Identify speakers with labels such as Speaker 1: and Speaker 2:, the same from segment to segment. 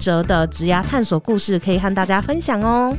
Speaker 1: 折的职涯探索故事可以和大家分享哦。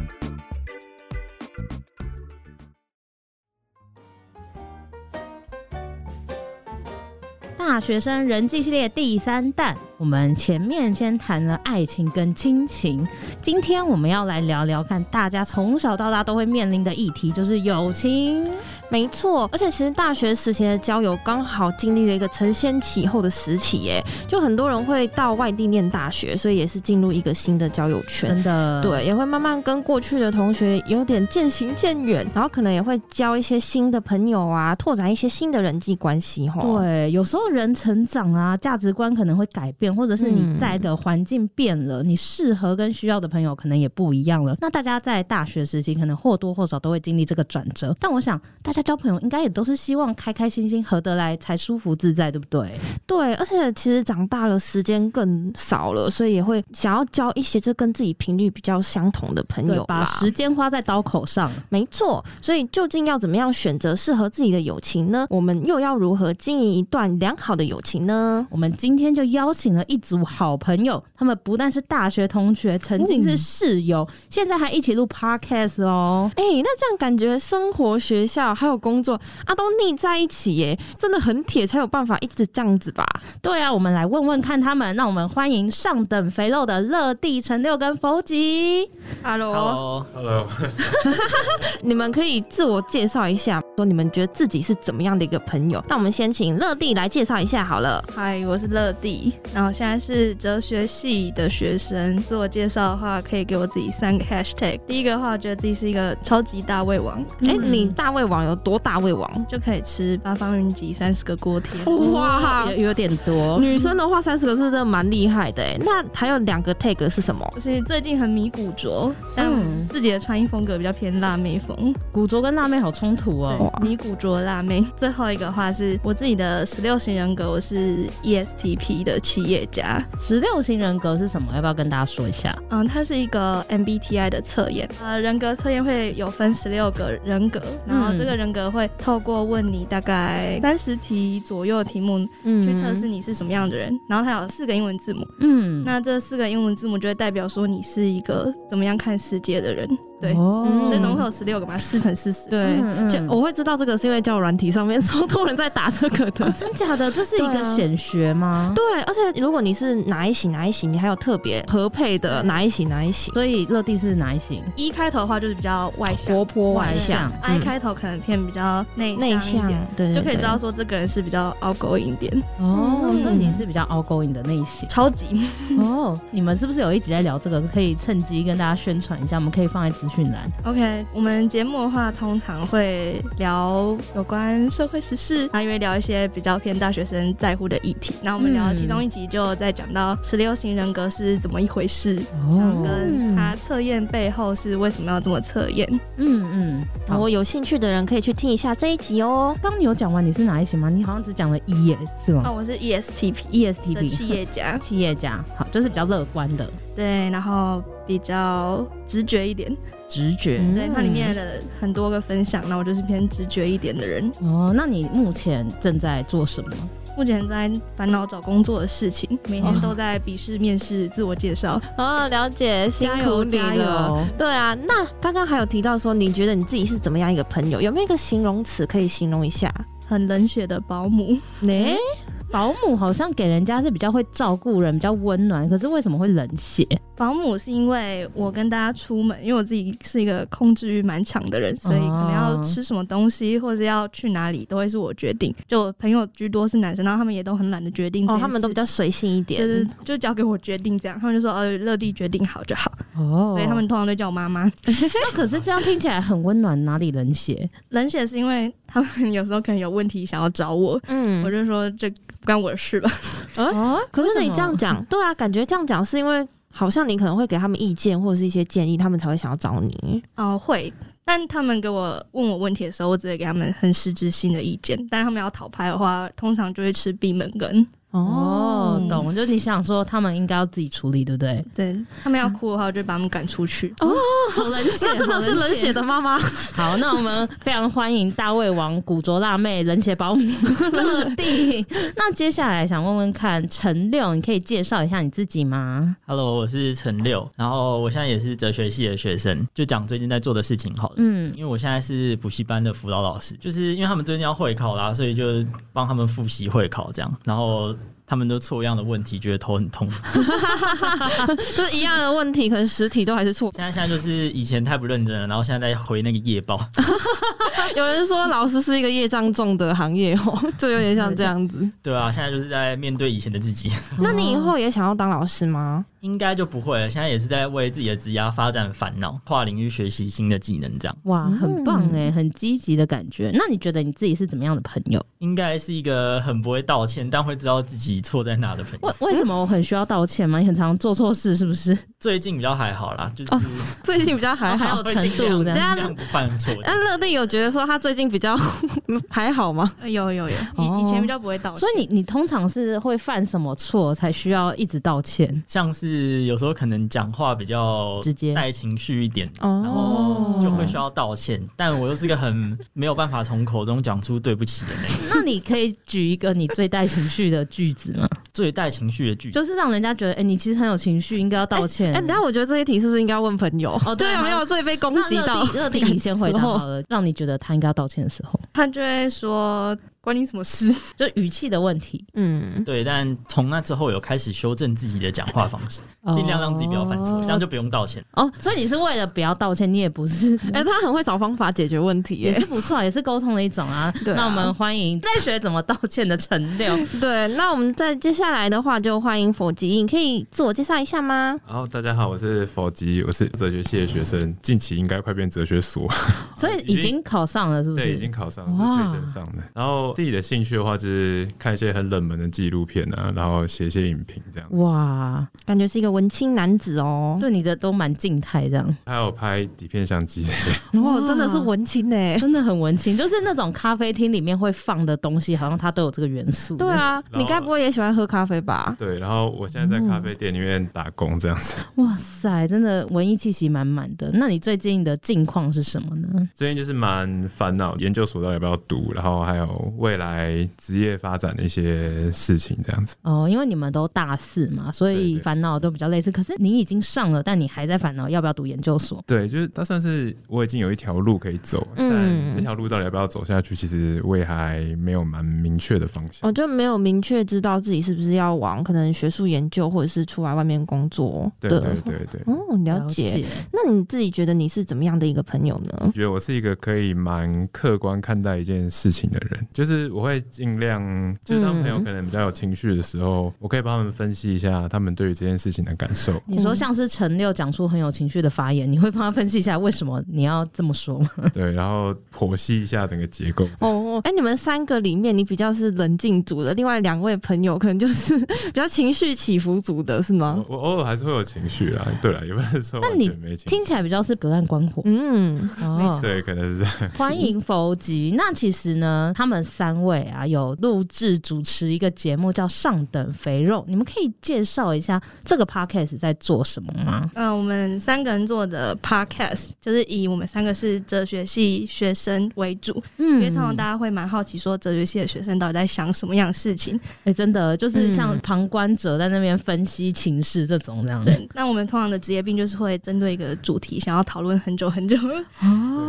Speaker 1: 大学生人际系列第三弹，我们前面先谈了爱情跟亲情，今天我们要来聊聊看大家从小到大都会面临的议题，就是友情。
Speaker 2: 没错，而且其实大学时期的交友刚好经历了一个承先启后的时期，耶，就很多人会到外地念大学，所以也是进入一个新的交友圈。
Speaker 1: 真的，
Speaker 2: 对，也会慢慢跟过去的同学有点渐行渐远，然后可能也会交一些新的朋友啊，拓展一些新的人际关系吼。
Speaker 1: 对，有时候人成长啊，价值观可能会改变，或者是你在的环境变了，你适合跟需要的朋友可能也不一样了。那大家在大学时期可能或多或少都会经历这个转折，但我想大家交朋友应该也都是希望开开心心、合得来才舒服自在，对不对？
Speaker 2: 对，而且其实长大了时间更少了，所以也会想要交一些就跟自己频率比较相同的朋
Speaker 1: 对
Speaker 2: 友，
Speaker 1: 把
Speaker 2: 吧。
Speaker 1: 时间花在刀口上。
Speaker 2: 没错，所以究竟要怎么样选择适合自己的友情呢？我们又要如何经营一段良好的友情呢？
Speaker 1: 我们今天就邀请了一组好朋友，他们不但是大学同学，曾经是室友，现在还一起录 podcast 哦。
Speaker 2: 哎、那这样感觉生活、学校还有工作啊，都腻在一起耶，真的很铁，才有办法一直这样子吧？
Speaker 1: 对啊，我们来问问看他们。那我们欢迎上等肥肉的乐地陈六跟佛吉。
Speaker 3: Hello，
Speaker 4: Hello，
Speaker 2: 你们可以自我介绍一下，说你们觉得自己是怎么样的一个朋友？那我们先请乐蒂来介绍一下好了。
Speaker 3: 嗨，我是乐蒂，然后现在是哲学系的学生。自我介绍的话，可以给我自己三个 hashtag。第一个的话，我觉得自己是一个超级大胃王，
Speaker 2: 哎、
Speaker 1: 嗯
Speaker 2: 你大胃王有多大胃王？
Speaker 3: 就可以吃八方云集三十个锅贴。
Speaker 2: 哇
Speaker 1: 有有点多。
Speaker 2: 女生的话，三十个字真的蛮厉害的哎。那还有两个 tag 是什么？
Speaker 3: 就是最近很迷古着，但
Speaker 1: 嗯
Speaker 3: 自己的穿衣风格比较偏辣妹风，
Speaker 1: 古着跟辣妹好冲突哦。
Speaker 2: 哇
Speaker 3: 对，迷古着辣妹。最后一个的话是我自己的十六型人格，我是 E ESTP 的企业家，
Speaker 1: 十六型人格是什么？要不要跟大家说一下？
Speaker 3: 嗯，它是一个 MBTI 的测验，呃，人格测验会有分十六个人格，然后
Speaker 1: 嗯
Speaker 3: 这个人格会透过问你大概三十题左右的题目
Speaker 2: 嗯
Speaker 3: 去测试你是什么样的人，然后它有四个英文字母，
Speaker 1: 嗯，
Speaker 3: 那这四个英文字母就会代表说你是一个怎么样看世界的人，对，
Speaker 1: 哦
Speaker 2: 嗯
Speaker 3: 所以总会有十六个嘛，四乘四十。
Speaker 2: 对，
Speaker 1: 嗯嗯
Speaker 2: 就哦我会知道这个是因为交友软体上面超多人在打这个的。
Speaker 1: 真假的，这是一
Speaker 2: 对
Speaker 1: 个
Speaker 2: 啊
Speaker 1: 显学吗？
Speaker 2: 对，而且如果你是哪一型哪一型，你还有特别合配的哪一型哪一型。
Speaker 1: 所以乐地是哪一型？
Speaker 3: 一开头的话就是比较外向，
Speaker 1: 活泼外向
Speaker 3: 对。
Speaker 1: 嗯
Speaker 3: I 开头可能偏比较内
Speaker 2: 内
Speaker 3: 向
Speaker 2: 向
Speaker 3: 一点，，
Speaker 2: 对
Speaker 3: 就可以知道说这个人是比较 outgoing 一点，
Speaker 1: 哦，
Speaker 2: 嗯
Speaker 1: 所以你是比较 outgoing 的类型。
Speaker 3: 超级
Speaker 1: 哦，你们是不是有一集在聊这个？可以趁机跟大家宣传一下，我们可以放在资讯栏。
Speaker 3: OK，我们节目的话通常会聊有关社会时事，然后因为聊一些比较偏大学生在乎的议题。然后我们聊
Speaker 1: 嗯
Speaker 3: 其中一集就在讲到十六型人格是怎么一回事，然后
Speaker 1: 哦，
Speaker 3: 跟它测验背后是为什么要这么测验。
Speaker 1: 嗯嗯，好
Speaker 2: 我有兴趣的人可以去听一下这一集哦。
Speaker 1: 刚刚你有讲完你是哪一型吗？你好像只讲了 E 耶，是吗、
Speaker 3: 哦，我是 ESTP
Speaker 1: e
Speaker 3: 的
Speaker 1: STP
Speaker 3: 企业 家，
Speaker 1: 企业家，好，就是比较乐观的
Speaker 3: 对，然后比较直觉一点，
Speaker 1: 直觉。
Speaker 2: 嗯
Speaker 3: 对它里面的很多个分享，那我就是偏直觉一点的人。
Speaker 1: 哦，那你目前正在做什么？
Speaker 3: 目前在烦恼找工作的事情，每天都在笔试、面试、自我介绍。
Speaker 2: 哦，了解，辛
Speaker 1: 加
Speaker 2: 苦
Speaker 1: 油
Speaker 2: 你
Speaker 1: 加
Speaker 2: 了。
Speaker 1: 油！
Speaker 2: 对啊，那刚刚还有提到说，你觉得你自己是怎么样一个朋友？有没有一个形容词可以形容一下？
Speaker 3: 很冷血的保姆，
Speaker 1: 诶保姆好像给人家是比较会照顾人，比较温暖，可是为什么会冷血？
Speaker 3: 保姆是因为我跟大家出门，因为我自己是一个控制欲蛮强的人，所以可
Speaker 2: 哦
Speaker 3: 能要吃什么东西或者要去哪里都会是我决定。就我朋友居多是男生，然后他们也都很懒得决定这
Speaker 2: 哦，
Speaker 3: 件事情。
Speaker 2: 他们都比较随性一点。
Speaker 3: 对对，就交给我决定这样，他们就说呃乐地决定好就好，
Speaker 1: 哦
Speaker 3: 所以他们通常都叫我妈 妈。
Speaker 1: 那可是这样听起来很温暖，哪里冷血？
Speaker 3: 冷血是因为他们有时候可能有问题想要找我，我
Speaker 2: 嗯，
Speaker 3: 就说这不关我的事吧。
Speaker 1: 哦，
Speaker 2: 可是
Speaker 1: 为什
Speaker 2: 你
Speaker 1: 么
Speaker 2: 这样讲，对啊，感觉这样讲是因为。好像你可能会给他们意见或者是一些建议，他们才会想要找你。
Speaker 3: 哦、会。但他们给我问我问题的时候，我只会给他们很实质性的意见。但是他们要讨拍的话，通常就会吃闭门羹。
Speaker 1: 哦，
Speaker 2: 哦
Speaker 1: 懂，就是你想说他们应该要自己处理，对不对？哦
Speaker 3: 对他们要哭的话，我就会把他们赶出去。
Speaker 1: 好冷 血，
Speaker 2: 那真的是冷血的妈 妈，
Speaker 1: 好，那我们非常欢迎大胃王、古着辣妹、冷血保姆乐蒂。那接下来想问问看陈六，你可以介绍一下你自己吗？
Speaker 4: Hello，我是陈六，然后我现在也是哲学系的学生，就讲最近在做的事情好了。
Speaker 1: 嗯，
Speaker 4: 因为我现在是补习班的辅导老师，就是因为他们最近要会考啦，所以就帮他们复习会考这样，然后他们都错一样的问题，觉得头很痛。
Speaker 2: 就是一样的问题，可能实体都还是错。
Speaker 4: 现在现在就是以前太不认真了，然后现在在回那个夜报，
Speaker 2: 有人说老师是一个业障重的行业哦， 就有点像这样子。
Speaker 4: 对啊，现在就是在面对以前的自己，
Speaker 2: 嗯那你以后也想要当老师吗？
Speaker 4: 应该就不会了。现在也是在为自己的职业发展烦恼，跨领域学习新的技能这样。
Speaker 1: 哇，很棒哎，很积极的感觉。那你觉得你自己是怎么样的朋友？
Speaker 4: 应该是一个很不会道歉，但会知道自己错在哪的朋友。
Speaker 1: 为为什么我很需要道歉吗？你很常做错事，是不是？
Speaker 4: 最近比较还好啦，就是
Speaker 2: 哦最近比较还
Speaker 1: 还
Speaker 2: 好
Speaker 1: 有。
Speaker 4: 会
Speaker 1: 程
Speaker 4: 尽量
Speaker 1: 度的
Speaker 4: 尽量不犯 错。
Speaker 2: 那乐蒂有觉得说他最近比较 还好吗？
Speaker 3: 呃有有有，
Speaker 2: 哦
Speaker 3: 以以前比较不会道歉，
Speaker 1: 所以你你通常是会犯什么错才需要一直道歉？
Speaker 4: 像是有时候可能讲话比较
Speaker 1: 直接
Speaker 4: 带情绪一点，然
Speaker 2: 哦
Speaker 4: 后就会需要道歉。但我又是个很没有办法从口中讲出对不起的那个，
Speaker 1: 那你可以举一个你最带情绪的句子吗？
Speaker 4: 最带情绪的句子。
Speaker 1: 就是让人家觉得，哎、你其实很有情绪，应该要道歉。
Speaker 2: 哎、等一下我觉得这一题是不是应该要问朋友？
Speaker 1: 哦对
Speaker 2: 对，啊有没有最被攻击到
Speaker 1: 那乐？蒂，乐 蒂，你先回答好了，让你觉得他应该要道歉的时候，
Speaker 3: 他就会说关你什么事？
Speaker 1: 就语气的问题，
Speaker 2: 嗯，
Speaker 4: 对，但从那之后有开始修正自己的讲话方式，
Speaker 2: 哦
Speaker 4: 尽量让自己不要犯错，这样就不用道歉。
Speaker 1: 哦。所以你是为了不要道歉，你也 不是，
Speaker 2: 哎、他很会找方法解决问题哎
Speaker 1: 也
Speaker 2: 耶。
Speaker 1: 是不错啊，也是沟通的一种啊。
Speaker 2: 对啊
Speaker 1: 那我们欢迎在学怎么道歉的陈 六。
Speaker 2: 对，那我们再接下来的话，就欢迎佛吉，你可以自我介绍一下吗？
Speaker 5: 然后大家好，我是佛吉，我是哲学系的学生，近期应该快变哲学所，
Speaker 1: 所以已经考上了，是不是？
Speaker 5: 对，已经考上
Speaker 1: 嗯
Speaker 5: 是
Speaker 1: 哇
Speaker 5: 推荐上的。然后自己的兴趣的话，就是看一些很冷门的纪录片啊，然后写一些影评这样。
Speaker 1: 哇，
Speaker 2: 感觉是一个文青男子哦。
Speaker 1: 对你的都蛮静态，这样
Speaker 5: 还有拍底片相机，
Speaker 2: 哇，真的是文青哎。
Speaker 1: 真的很文青，就是那种咖啡厅里面会放的东西，好像它都有这个元素。
Speaker 2: 对，啊，
Speaker 5: 嗯然后
Speaker 2: 你该不会也喜欢喝咖啡吧？
Speaker 5: 对。然后我现在在咖啡店里面打工这样子。
Speaker 1: 哇塞，真的文艺气息满满的。那你最近的近况是什么呢？
Speaker 5: 最近就是蛮烦恼，研究所到底要不要读，然后还有未来职业发展的一些事情这样子。
Speaker 1: 哦，因为你们都大四嘛，所以
Speaker 5: 对对
Speaker 1: 烦恼都比较类似。可是你已经上了，但你还在烦恼要不要读研究所。
Speaker 5: 对，就是它算是我已经有一条路可以走，
Speaker 2: 嗯
Speaker 5: 但这条路到底要不要走下去，其实我也还没有蛮明确的方
Speaker 1: 哦
Speaker 5: 向。
Speaker 2: 我就没有明确知道自己是不是要往可能学术研究，或者是出来外面工作
Speaker 5: 对
Speaker 2: 的。
Speaker 5: 对对对，
Speaker 2: 哦，了解。那你自己觉得你是怎么样的一个朋友呢
Speaker 5: 我？觉得我是一个可以蛮客观看待一件事情的人，就是我会尽量，就是当
Speaker 1: 嗯
Speaker 5: 朋友可能比较有情绪的时候，我可以帮他们分析一下他们对于这件事情的 感受。
Speaker 1: 你说像是陈六讲出很有情绪的发言，你会帮他分析一下为什么你要这么说吗？
Speaker 5: 对，然后剖析一下整个结构。
Speaker 2: 哦，哎、你们三个里面，你比较是冷静组的，另外两位朋友可能就是 比较情绪起伏组的，是吗？
Speaker 5: 我我偶尔还是会有情绪啦，对啦，也不能说
Speaker 1: 哦那
Speaker 5: 完
Speaker 1: 你
Speaker 5: 全没情
Speaker 1: 听
Speaker 5: 绪。
Speaker 1: 起来比较是隔岸观火。
Speaker 2: 嗯，
Speaker 1: 哦，
Speaker 5: 对，可能是这样。
Speaker 1: 欢迎佛吉。那其实呢，他们三位啊有录制主持一个节目叫《上等肥肉》，你们可以介绍一下这个 podcast 在做什么吗？
Speaker 3: 嗯、我们三个人做的 podcast 就是以我们三个是哲学系学生为主，
Speaker 1: 嗯
Speaker 3: 因为通常大家会蛮好奇说哲学系的学生到底在想什么样的事情。
Speaker 1: 哎、真的就是像
Speaker 2: 嗯
Speaker 1: 旁观者在那边分析情势这种这样。
Speaker 3: 对，那我们通常的职业病就是会针对一个主题想要讨论很久很久。
Speaker 1: 哦，
Speaker 3: 嗯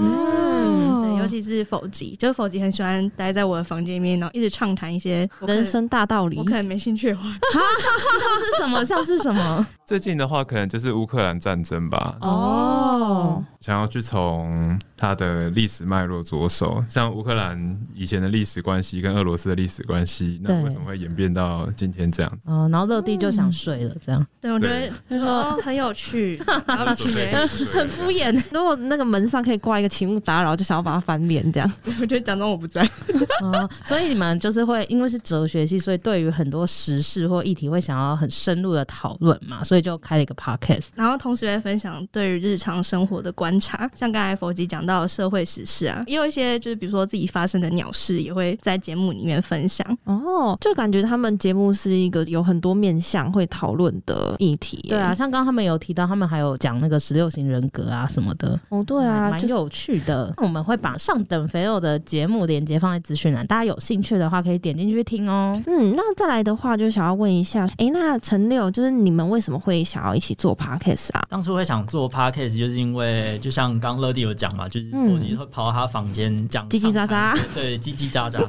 Speaker 2: 嗯
Speaker 3: 对，尤其是否极，就是否极很喜欢待在我的房间里面，然后一直畅谈一些我可能
Speaker 2: 人生大道理
Speaker 3: 我。可能没兴趣 的话。
Speaker 1: 像是什么，像是什么？
Speaker 5: 最近的话，可能就是乌克兰战争吧。
Speaker 2: 哦，
Speaker 5: 想要去从它的历史脉络着手，像乌克兰以前的历史关系跟俄罗斯的历史关系，那
Speaker 1: 对
Speaker 5: 为什么会演变到今天这样？
Speaker 1: 哦，然后乐蒂就想睡了，这样
Speaker 3: 对，我觉得就 说哦 很有趣，然后去
Speaker 5: 对
Speaker 3: 学，
Speaker 1: 很敷衍。
Speaker 2: 如果那个门上可以挂一个请勿打扰，就想要把它翻脸这样。
Speaker 3: 我就假装我不在。
Speaker 2: 嗯
Speaker 1: 哦，所以你们就是会因为是哲学系，所以对于很多时事或议题会想要很深入的讨论嘛，所以就开了一个 podcast。
Speaker 3: 然后同时也分享对于日常生活的观察，像刚才佛吉讲到的社会时事啊，也有一些就是比如说自己发生的鸟事，也会在节目里面分享。
Speaker 2: 哦，就感觉他们节目是一个有很多面向会讨论的议题。
Speaker 1: 对啊，，像刚刚他们有提到，他们还有讲那个十六型人格啊什么的，
Speaker 2: 哦对啊，就
Speaker 1: 蛮蛮
Speaker 2: 是
Speaker 1: 有趣的。那我们会把上等肥肉的节目链接放在资讯栏，大家有兴趣的话可以点进去听哦。
Speaker 2: 嗯，那再来的话，就想要问一下，诶，那陈六，就是你们为什么会想要一起做 podcast 啊？
Speaker 4: 当初会想做 podcast，就是因为就像刚乐蒂有讲嘛，就是
Speaker 2: 嗯
Speaker 4: 我就会跑到他房间讲
Speaker 2: 叽叽喳喳，
Speaker 4: 对，叽叽喳喳。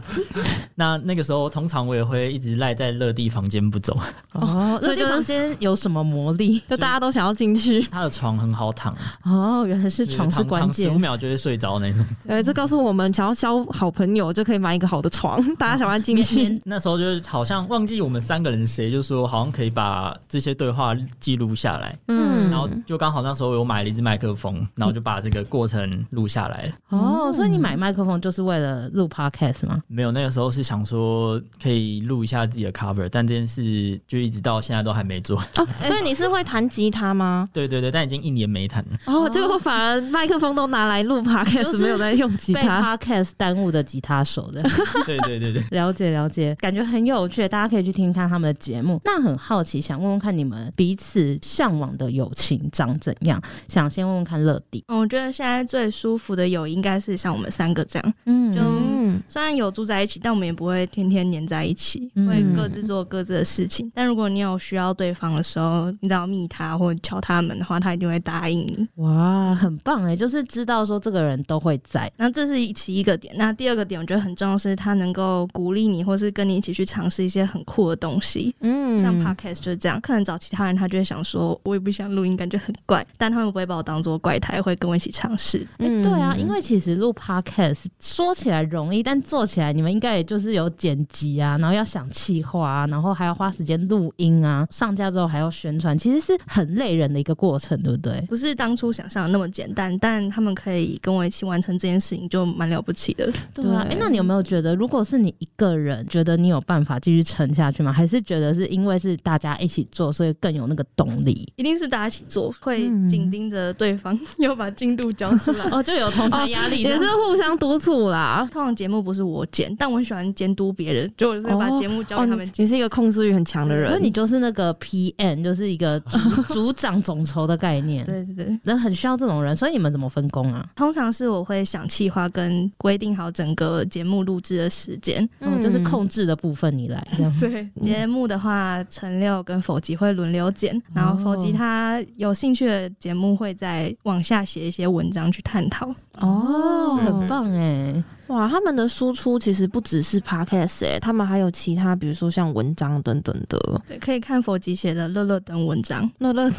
Speaker 4: 那那个时候，通常我也会一直赖在乐蒂房间不 走，
Speaker 1: 哦，
Speaker 2: 所
Speaker 1: 所
Speaker 2: 以
Speaker 1: 以
Speaker 2: 就
Speaker 1: 就是房间有什么魔力？
Speaker 2: 就大家都想要进去，
Speaker 4: 他的床很好躺，
Speaker 1: 哦，原来是床是关
Speaker 4: 十五
Speaker 1: 键。
Speaker 4: 秒就会睡着那种。
Speaker 2: 呃，这告诉我们，想要交好朋友就可以买一个好的床，大家想要 进去。
Speaker 4: 那时候就是好像忘记我们三个人谁就说好像可以把这些对话记录下来，
Speaker 2: 嗯
Speaker 4: 然后就刚好那时候我买了一支麦 克风，然后就把这个过程录下来了。
Speaker 1: 哦，所以你买麦克风就是为了录 podcast 吗？
Speaker 4: 没有，那个时候是想说可以录一下自己的 cover，但这件事就一直到现在都还 没做。
Speaker 2: 哦，所以你是会弹吉他吗？
Speaker 4: 对对对，但已经一年没弹了。
Speaker 2: 哦，结果反而麦克风都拿来录 podcast，、
Speaker 1: 就是
Speaker 2: 没有在用吉
Speaker 1: 被
Speaker 2: 他。
Speaker 1: podcast 耽误的吉他手 的，
Speaker 4: 对对对对，
Speaker 1: 了解了解，感觉很有趣，大家可以去听听看他们的节目。那很好奇，想问问看你们彼此向往的友情长怎样？想先问问看乐迪，
Speaker 3: 嗯，我觉得现在最舒服的友谊应该是像我们三个这样，
Speaker 1: 嗯
Speaker 3: 就
Speaker 2: 嗯，
Speaker 3: 虽然有住在一起，但我们也不会天天黏在一起，
Speaker 1: 嗯
Speaker 3: 会各自做各自的事情。但如果你有需要对方的时候，你只要密他或者敲他们的话，他一定会答应你。
Speaker 1: 哇，很棒哎，就是知道说这个人都会在，
Speaker 3: 那这是其一个点。那第二个点，我觉得很重要是，他能够鼓励你，或是跟你一起去尝试一些很酷的东西。
Speaker 2: 嗯
Speaker 3: 像 podcast 就是这样，可能找其他人，他就会想说，我也不想录音，感觉很怪，但他们不会把我当做怪胎，会跟我一起尝试。
Speaker 1: 哎、对啊，
Speaker 2: 嗯
Speaker 1: 因为其实录 podcast 说起来容易，但做起来你们应该也就是有剪辑啊，然后要想企划啊，然后还要花时间录音啊，上架之后还要宣传，其实是很累人的一个过程，对不对？
Speaker 3: 不是当初想象的那么简单，但他们可以跟我一起完成这件事情，就蛮了不起的。
Speaker 1: 对啊，哎、那你有没有觉得，如果是你一个人，觉得你有办法继续撑下去吗？还是觉得是因为是大家一起做，所以更有那个动力？
Speaker 3: 一定是大家一起做，会
Speaker 2: 嗯
Speaker 3: 紧盯着对方， 要把进度交 出来。
Speaker 1: 哦，就有同台压力，
Speaker 2: 也
Speaker 1: 这样
Speaker 2: 是互相督促啦。
Speaker 3: 通常节目不是我剪，但我很喜欢监督别人，就我就会把节目交
Speaker 2: 哦，
Speaker 3: 给他们
Speaker 2: 你
Speaker 3: 剪。
Speaker 2: 你是一个控制欲很强的
Speaker 1: 所
Speaker 2: 人
Speaker 1: 以。你就是那个 PM，就是一个 组组长总筹的概念。
Speaker 3: 对对对，
Speaker 1: 人很需要这种人，所以你们怎么分工啊？
Speaker 3: 通常是我会想企划跟规定好整个节目录制的时间。
Speaker 1: 嗯，就是控制的部分你来这样。
Speaker 3: 对节目的话，陈六跟否吉会轮流
Speaker 2: 嗯
Speaker 3: 剪，然后否吉他有兴趣的节目会再往下写一些文章去探讨。
Speaker 1: 哦，
Speaker 5: 对
Speaker 1: 很棒哎！
Speaker 2: 哇，他们的输出其实不只是 podcast 哎、他们还有其他，比如说像文章等等的。
Speaker 3: 对，可以看否吉写的乐乐等文章。
Speaker 2: 乐乐，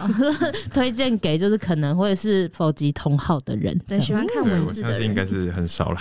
Speaker 1: 推荐给就是可能会是否极同号的人，
Speaker 2: 嗯
Speaker 3: 对，喜欢看
Speaker 5: 对，
Speaker 3: 文
Speaker 5: 我
Speaker 3: 字
Speaker 5: 相
Speaker 3: 的
Speaker 5: 信应
Speaker 3: 人，
Speaker 5: 该是很少了。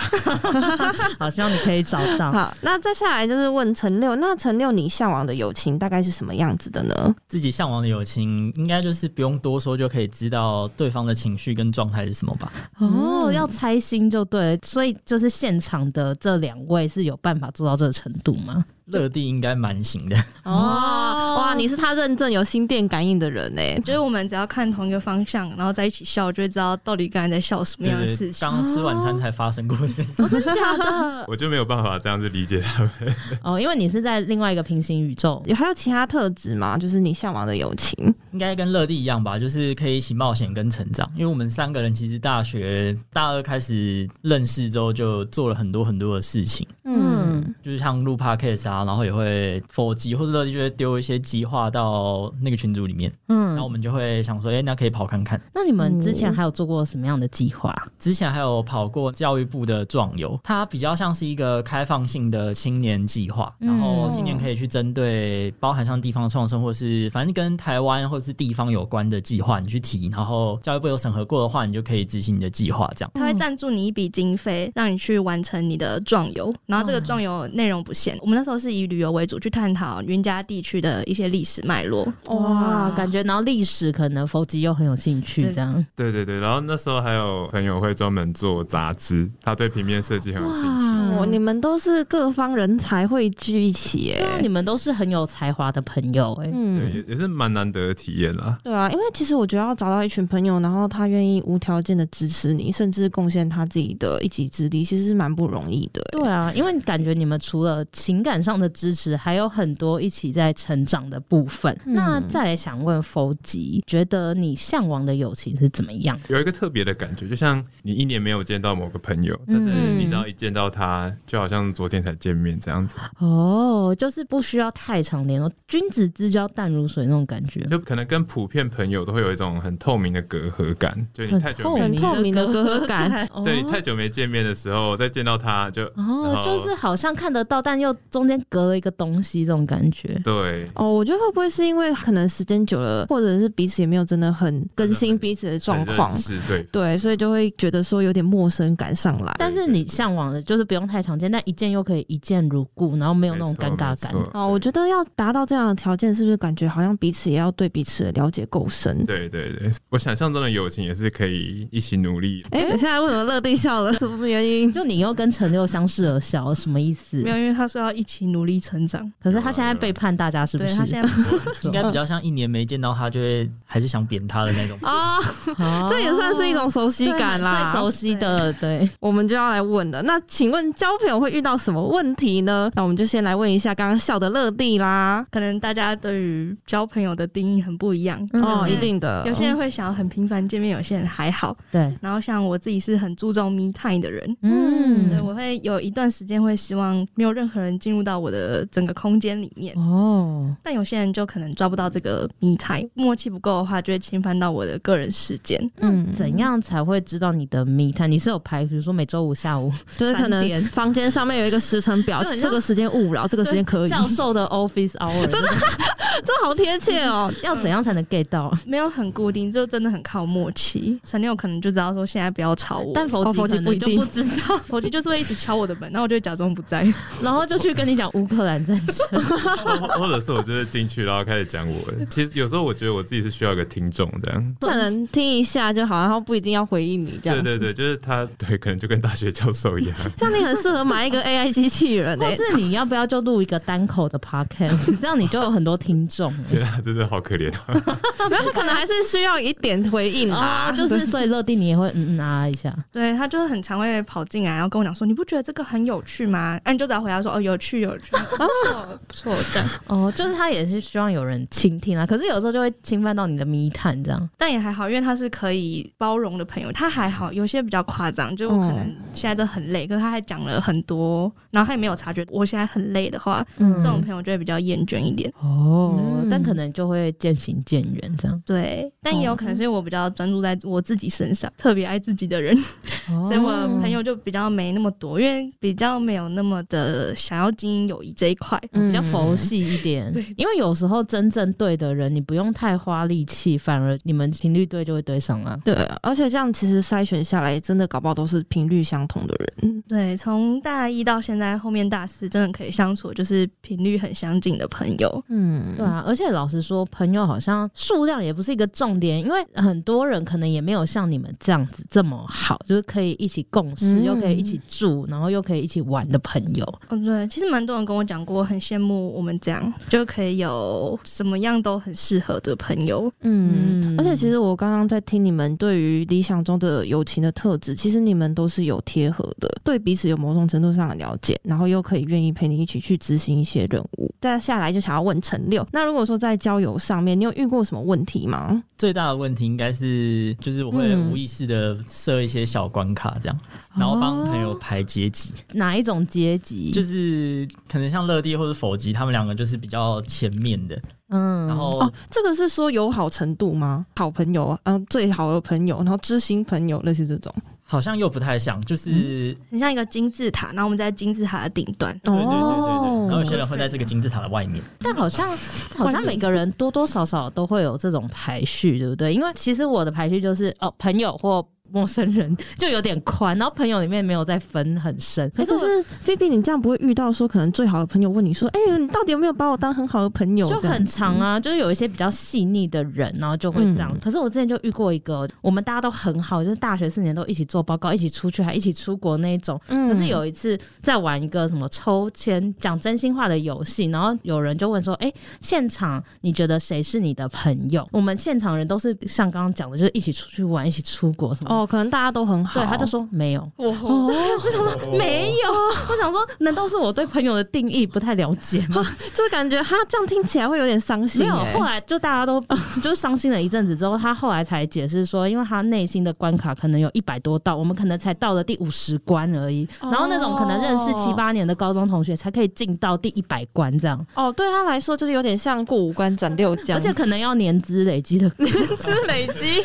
Speaker 1: 好，希望你可以找到。
Speaker 2: 好，那再下来就是问陈六，那陈六你向往的友情大概是什么样子的呢？
Speaker 4: 自己向往的友情，应该就是不用多说就可以知道对方的情绪跟状态是什么吧。
Speaker 1: 哦，要猜心就对了，所以就是现场的这两位是有办法做到这个程度吗？
Speaker 4: 乐蒂应该蛮行的，
Speaker 2: 哦，哇，你是他认证有心电感应的人哎、
Speaker 3: 就是我们只要看同一个方向，然后在一起笑，就会知道到底刚才在笑什么
Speaker 4: 对
Speaker 3: 样的
Speaker 4: 对
Speaker 3: 事
Speaker 4: 对，
Speaker 3: 情。
Speaker 4: 刚吃晚餐才发生过的。
Speaker 1: 假
Speaker 3: 嗯
Speaker 1: 的
Speaker 5: 我就没有办法这样去理解他们。
Speaker 1: 哦，因为你是在另外一个平行宇宙。
Speaker 2: 有还有其他特质吗？就是你向往的友情？
Speaker 4: 应该跟乐蒂一样吧，就是可以一起冒险跟成长。因为我们三个人其实大学大二开始认识之后，就做了很多很多的事情。
Speaker 2: 嗯，嗯
Speaker 4: 就是像录 podcast 啊，然后也会否极或者就会丢一些计划到那个群组里面，然后我
Speaker 1: 嗯，
Speaker 4: 们就会想说，哎、那可以跑看看。
Speaker 1: 那你们之前还有做过什么样的计划？
Speaker 4: 之前还有跑过教育部的壮游，它比较像是一个开放性的青年计划，
Speaker 1: 嗯
Speaker 4: 然后青年可以去针对包含像地方创生，或是反正跟台湾或是地方有关的计划，你去提，然后教育部有审核过的话，你就可以执行你的计划这样。
Speaker 3: 他会赞助你一笔经费，让你去完成你的壮游。然后这个壮游内容不限，我们那时候是以旅游为主，去探讨云家地区的一些历史脉络。
Speaker 1: 哇，感觉然后历史可能佛吉又很有兴趣，
Speaker 3: 对
Speaker 1: 这样
Speaker 5: 对对对，然后那时候还有朋友会专门做杂志，他对平面设计很有兴趣。
Speaker 1: 啊
Speaker 2: 哦，你们都是各方人才汇聚一起
Speaker 1: 对啊，
Speaker 2: 耶。
Speaker 1: 你们都是很有才华的朋友哎、
Speaker 5: 对，也
Speaker 2: 嗯，
Speaker 5: 也是蛮难得的体验啦。
Speaker 2: 对啊，因为其实我觉得要找到一群朋友，然后他愿意无条件的支持你，甚至贡献他自己的一己之力，其实是蛮不容易的耶。
Speaker 1: 对啊，因为感觉你们除了情感上的支持，还有很多一起在成长的部分。
Speaker 2: 嗯
Speaker 1: 那再来想问佛吉，觉得你向往的友情是怎么样？
Speaker 5: 有一个特别的感觉，就像你一年没有见到某个朋友，但是
Speaker 3: 嗯
Speaker 5: 你只要一见到他，就好像昨天才见面这样子，
Speaker 1: 哦，就是不需要太常联络，君子之交淡如水那种感觉。
Speaker 5: 就可能跟普遍朋友都会有一种很透明的隔阂感，就你太久
Speaker 1: 透
Speaker 5: 没
Speaker 2: 很
Speaker 1: 明
Speaker 2: 透明的
Speaker 1: 的
Speaker 2: 隔阂感，
Speaker 5: 对你太久没见面的时候，再见到他就
Speaker 1: 哦，
Speaker 5: 然后
Speaker 1: 就是好像看得到，但又中间隔了一个东西，这种感觉。
Speaker 5: 对。
Speaker 2: 哦，我觉得会不会是因为可能时间久了，或者是彼此也没有真的很更新彼此的状况，
Speaker 5: 是对
Speaker 2: 对，所以就会觉得说有点陌生感上来。
Speaker 1: 但是你向往的就是不用太常见，但一见又可以一见如故，然后没有那种尴尬感。
Speaker 2: 哦，我
Speaker 5: 得
Speaker 2: 觉得要达到这样的条件，是不是感觉好像彼此也要对彼此的了解够深？
Speaker 5: 对对对，我想象中的友情也是可以一起努力。
Speaker 2: 哎、
Speaker 1: 嗯
Speaker 2: 你现在为什么乐地笑 了？什么原因？。
Speaker 1: 就你又跟陈六相视而笑，什么意思
Speaker 3: 没？有，因为他说要一起努力成长。
Speaker 1: 可是他现在背叛大家，是不
Speaker 3: 对
Speaker 1: 是？
Speaker 3: 他现在
Speaker 4: 应该比较像一年没见到他，就会还是想扁他的那种
Speaker 2: 啊、
Speaker 1: 哦
Speaker 2: 这也算是一种熟悉感
Speaker 1: 对
Speaker 2: 啦。
Speaker 1: 最熟悉的对。
Speaker 2: 我们就要来问了。那请问交朋友会遇到什么问题呢？那我们就先来问一下刚刚笑的乐地啦。
Speaker 3: 可能大家对于交朋友的定义很不一样，
Speaker 1: 嗯
Speaker 2: 哦，
Speaker 3: 有些
Speaker 2: 一定的。
Speaker 3: 有些人会想要很频繁见面，有些人还好。
Speaker 1: 对，
Speaker 3: 然后像我自己是很注重 me time 的人，
Speaker 2: 嗯
Speaker 3: 对我会有一段时间会希望没有任何人进入到我的整个空间里面。
Speaker 1: 哦，
Speaker 3: 但有些人就可能抓不到这个迷彩，默契不够的话，就会侵犯到我的个人时间。
Speaker 2: 嗯
Speaker 1: 怎样才会知道你的密探？你是有排，比如说每周五下 午
Speaker 2: 就是可
Speaker 1: 三
Speaker 2: 能
Speaker 1: 点
Speaker 2: 房间上面有一个时程表，
Speaker 1: 就很像
Speaker 2: 这个时间勿扰，这个时间可以，
Speaker 1: 教授 的 office hour，
Speaker 2: 这好贴切哦。
Speaker 1: 要怎样才能 get 到？
Speaker 3: 没有很固定，就真的很靠默契。陈六可能就知道说现在不要吵我，
Speaker 1: 但
Speaker 2: 哦
Speaker 1: 佛
Speaker 2: 佛
Speaker 1: 吉
Speaker 2: 吉
Speaker 1: 可
Speaker 2: 不
Speaker 1: 能
Speaker 2: 一
Speaker 1: 就
Speaker 2: 定
Speaker 1: 不知 道，
Speaker 3: 我就就是会一直敲我的 门，那我就会假装不在。
Speaker 1: 然后就去跟你讲乌克兰战争。
Speaker 5: 或或者是我就是进去，然后开始讲我的。其实有时候我觉得我自己是需要一个听众这样。
Speaker 2: 可能听一下就好，然后不一定要回应你这样
Speaker 5: 对
Speaker 2: 子。
Speaker 5: 对对，就是他，对，可能就跟大学教授一样。
Speaker 2: 这样你很适合买一个 AI 机器人欸
Speaker 1: 或
Speaker 2: 诶、
Speaker 1: 是你要不要就录一个单口的 podcast，这样你就有很多听众了。
Speaker 5: 天啊，真的好可怜啊！
Speaker 2: 然后可能还是需要一点回应啦，
Speaker 1: 啊，就是所以乐蒂你也会嗯嗯啊啊一下，
Speaker 3: 对他就是很常会跑进来，然后跟我讲说：“你不觉得这个很有趣吗？”啊，你就只要回答说：“哦，有趣，有趣，不错，不错。”这样，
Speaker 1: 哦，就是他也是希望有人倾听啊，可是有时候就会侵犯到你的密探这样。
Speaker 3: 但也还好，因为他是可以包容的朋友，他还好。有些比较夸张，就我可能现在都很累，可是他还讲了很多，然后他也没有察觉我现在很累的话，
Speaker 2: 嗯
Speaker 3: 这种朋友就会比较厌倦一点。
Speaker 1: 哦，
Speaker 2: 嗯
Speaker 1: 但可能就会渐行渐远这样。
Speaker 3: 对，但也有可能是因为我比较专注在我自己身上，特别爱自己的人，
Speaker 4: 哦
Speaker 1: 哦
Speaker 3: 所以我朋友就比较没那么多，因为比较没有那么的想要经营友谊这一块。
Speaker 1: 比较佛系一点，
Speaker 4: 嗯
Speaker 1: 因为有时候真正对的人，你不用太花力气，反而你们频率对就会对上
Speaker 4: 嗯
Speaker 1: 了。
Speaker 2: 对，而且这样其实筛选下来，真的搞不好都是频率相同的人。
Speaker 3: 对，从大一到现在，后面大四真的可以相处，就是频率很相近的朋友。
Speaker 2: 嗯，
Speaker 1: 对啊，而且老实说，朋友好像数量也不是一个重点，因为很多人可能也没有像你们这样子这么好，就是可以一起共事，
Speaker 2: 嗯
Speaker 1: 又可以一起住，然后又可以一起玩的朋友。
Speaker 3: 嗯、对，其实蛮多人跟我讲过，很羡慕我们这样就可以有什么样都很适合的朋友。
Speaker 2: 嗯。
Speaker 1: 嗯
Speaker 2: 而且其实我刚刚在听你们对于理想中的友情的特质，其实你们都是有贴合的，对彼此有某种程度上的了解，然后又可以愿意陪你一起去执行一些任务。再下来就想要问陈六，那如果说在交友上面，你有遇过什么问题吗？
Speaker 4: 最大的问题应该是，就是我会
Speaker 2: 嗯
Speaker 4: 无意识的设一些小关关卡这样，然后帮朋友排阶级，
Speaker 1: 哪一种阶级？
Speaker 4: 就是可能像乐蒂或者否极，他们两个就是比较前面的，
Speaker 1: 嗯
Speaker 4: 然后、
Speaker 2: 哦，这个是说友好程度吗？好朋友啊，嗯，最好的朋友，然后知心朋友，类似这种。
Speaker 4: 好像又不太像，就是、
Speaker 3: 很像一个金字塔，然后我们在金字塔的顶端。
Speaker 1: 哦
Speaker 4: 对对对对对，然后有
Speaker 2: 嗯哦，
Speaker 4: 些人会在这个金字塔的外 面，
Speaker 1: 但好像好像每个人多多少少都会有这种排序，对不对？因为其实我的排序就是哦，朋友或陌生人就有点宽，然后朋友里面没有再分很深。
Speaker 2: 可
Speaker 1: 我
Speaker 2: 是菲比，你这样不会遇到说，可能最好的朋友问你说：“哎、你到底有没有把我当很好的朋友？”
Speaker 1: 就
Speaker 2: 这样
Speaker 1: 很长啊，就是有一些比较细腻的人，然后就会这样。
Speaker 2: 嗯
Speaker 1: 可是我之前就遇过一个，我们大家都很好，就是大学四年都一起做报告，一起出去，还一起出国那一种。
Speaker 2: 嗯
Speaker 1: 可是有一次在玩一个什么抽签讲真心话的游戏，然后有人就问说：“哎、现场你觉得谁是你的朋友？”我们现场人都是像刚刚讲的，就是一起出去玩，一起出国什么的。
Speaker 2: 哦，可能大家都很好。哦
Speaker 1: 对，他就说没有。
Speaker 3: 哇，
Speaker 1: 我想说没有， 我想说，难道是我对朋友的定义不太了解吗？
Speaker 2: 就感觉他这样听起来会有点伤心、
Speaker 1: 没
Speaker 2: 欸。
Speaker 1: 有，后来就大家都就是伤心了一阵子之后，他后来才解释说，因为他内心的关卡可能有一百多道，我们可能才到了第五十关而已。然后那种可能认识七八年的高中同学才可以进到第一百关这样，
Speaker 2: 哦，对他来说就是有点像过五关斩六 将，
Speaker 1: 而且可能要年资累积的，
Speaker 2: 是累积。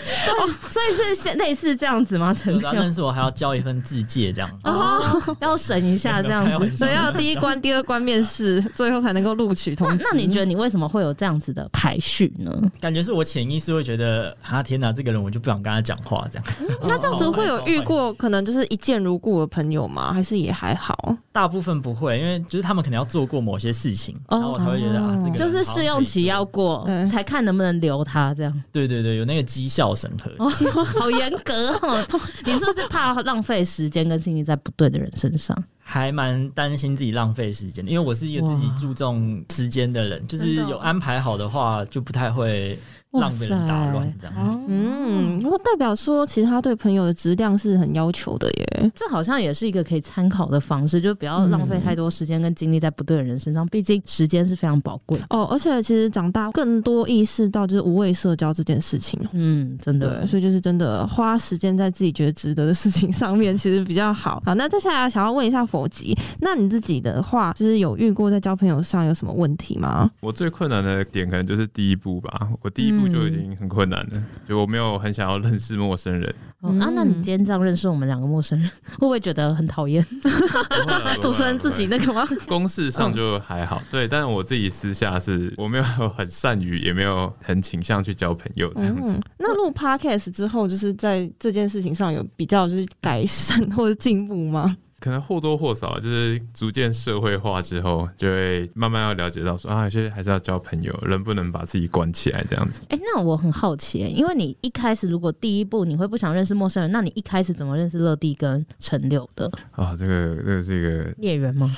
Speaker 1: 所以是像类似这样子吗？
Speaker 4: 就
Speaker 1: 陈
Speaker 4: 啊是他
Speaker 1: 亮
Speaker 4: 认识我还要交一份自介这样，
Speaker 1: 哦，要审一下这样
Speaker 4: 开
Speaker 1: 子。
Speaker 4: 玩笑
Speaker 2: 所以要啊第一关、第二关面试，最后才能够录取通
Speaker 1: 那
Speaker 2: 知。
Speaker 1: 那你 觉得你为什么会有这样子的排序 呢？
Speaker 4: 感觉是我潜意识会觉得，啊天哪，这个人我就不想跟他讲话这样。
Speaker 2: 那这样子会有遇过可能就是一见如故的朋友吗？还是也还好？
Speaker 4: 大部分不会，因为就是他们可能要做过某些事情，
Speaker 1: 哦
Speaker 4: 然后我才会觉得啊，这个人
Speaker 1: 就是
Speaker 4: 好像
Speaker 1: 试用期要
Speaker 4: 可以
Speaker 1: 过
Speaker 2: 嗯
Speaker 1: 才看能不能留他这样。
Speaker 4: 做对对对，有那个绩效审核。
Speaker 1: 哦， 好严格哦！ 你是不是怕浪费时间跟精力在不对的人身上？
Speaker 4: 还蛮担心自己浪费时间的，因为我是一个自己
Speaker 1: 哇
Speaker 4: 注重时间的人，就是
Speaker 3: 真的哦
Speaker 4: 有安排好的话，就不太会让别人打
Speaker 1: 哇
Speaker 4: 乱
Speaker 1: 塞
Speaker 4: 这
Speaker 3: 哦
Speaker 4: 样。
Speaker 2: 嗯，我代表说，其实他对朋友的质量是很要求的耶。
Speaker 1: 这好像也是一个可以参考的方式，就不要浪费太多时间跟精力在不对的人身上。毕竟时间是非常宝贵。
Speaker 2: 哦，而且其实长大更多意识到就是无谓社交这件事情。哦
Speaker 1: 嗯，真
Speaker 2: 对，
Speaker 1: 的。
Speaker 2: 所以就是真的花时间在自己觉得值得的事情上面，其实比较好。好，那接下来想要问一下佛吉，那你自己的话，就是有遇过在交朋友上有什么问题吗？
Speaker 5: 我最困难的点可能就是第一步吧，我第一步就已
Speaker 1: 嗯
Speaker 5: 经很困难了，就我没有很想要认识陌生人。
Speaker 1: 哦啊，那你今天这样认识我们两个陌生人， 会不会觉得很讨 厌？
Speaker 5: 不会 啦
Speaker 2: 主持人自己
Speaker 5: 不会
Speaker 2: 那个吗？
Speaker 5: 啦公事上就还好，对，但我自己私下是我没有很善于，也没有很倾向去交朋友这样 子。
Speaker 2: 嗯， 那录 podcast 之后，就是在这件事情上有比较就是改善或者进步 吗？
Speaker 5: 可能或多或少就是逐渐社会化之后，就会慢慢要了解到说啊，有些还是要交朋友，人不能把自己关起来这样子。
Speaker 1: 哎、那我很好奇、因为你一开始如果第一步你会不想认识陌生人，那你一开始怎么认识乐蒂跟陈柳的
Speaker 5: 啊，这个这个是一个
Speaker 1: 孽缘吗？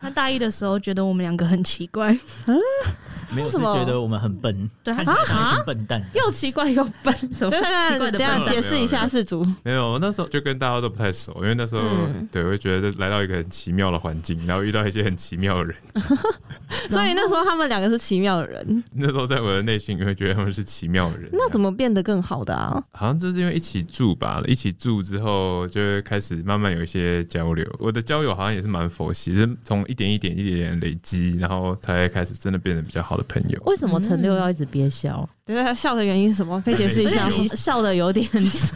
Speaker 3: 他大一的时候觉得我们两个很奇怪，
Speaker 4: 没有
Speaker 2: 为
Speaker 4: 是
Speaker 2: 什么
Speaker 4: 觉得我们很笨，
Speaker 3: 对啊
Speaker 4: 看起来像一群笨蛋。
Speaker 1: 又奇怪又笨，什么 奇怪的
Speaker 2: 等一
Speaker 1: 笨
Speaker 2: 下
Speaker 5: 没有
Speaker 2: 解释一
Speaker 5: 没有没
Speaker 2: 下
Speaker 5: 有
Speaker 2: 事主。
Speaker 5: 没有，我那时候就跟大家都不太熟，因为那时候、
Speaker 2: 嗯
Speaker 5: 对，我就觉得来到一个很奇妙的环境，然后遇到一些很奇妙的人。
Speaker 2: 所以那时候他们两个是奇妙的人，
Speaker 5: 那时候在我的内心，你会觉得他们是奇妙的人。
Speaker 2: 那怎
Speaker 5: 么
Speaker 2: 么变得更好的啊？
Speaker 5: 好像就是因为一起住吧？一起住之后，就会开始慢慢有一些交流。我的交友好像也是蛮佛系，是从一点一点、一点点累积，然后才开始真的变得比较好的朋友。
Speaker 1: 为什么陈六要一直憋笑？
Speaker 2: 等一下笑的原因是什么？可以解释一
Speaker 5: 对
Speaker 2: 下
Speaker 1: 而
Speaker 2: 吗
Speaker 1: 且？你 笑的有点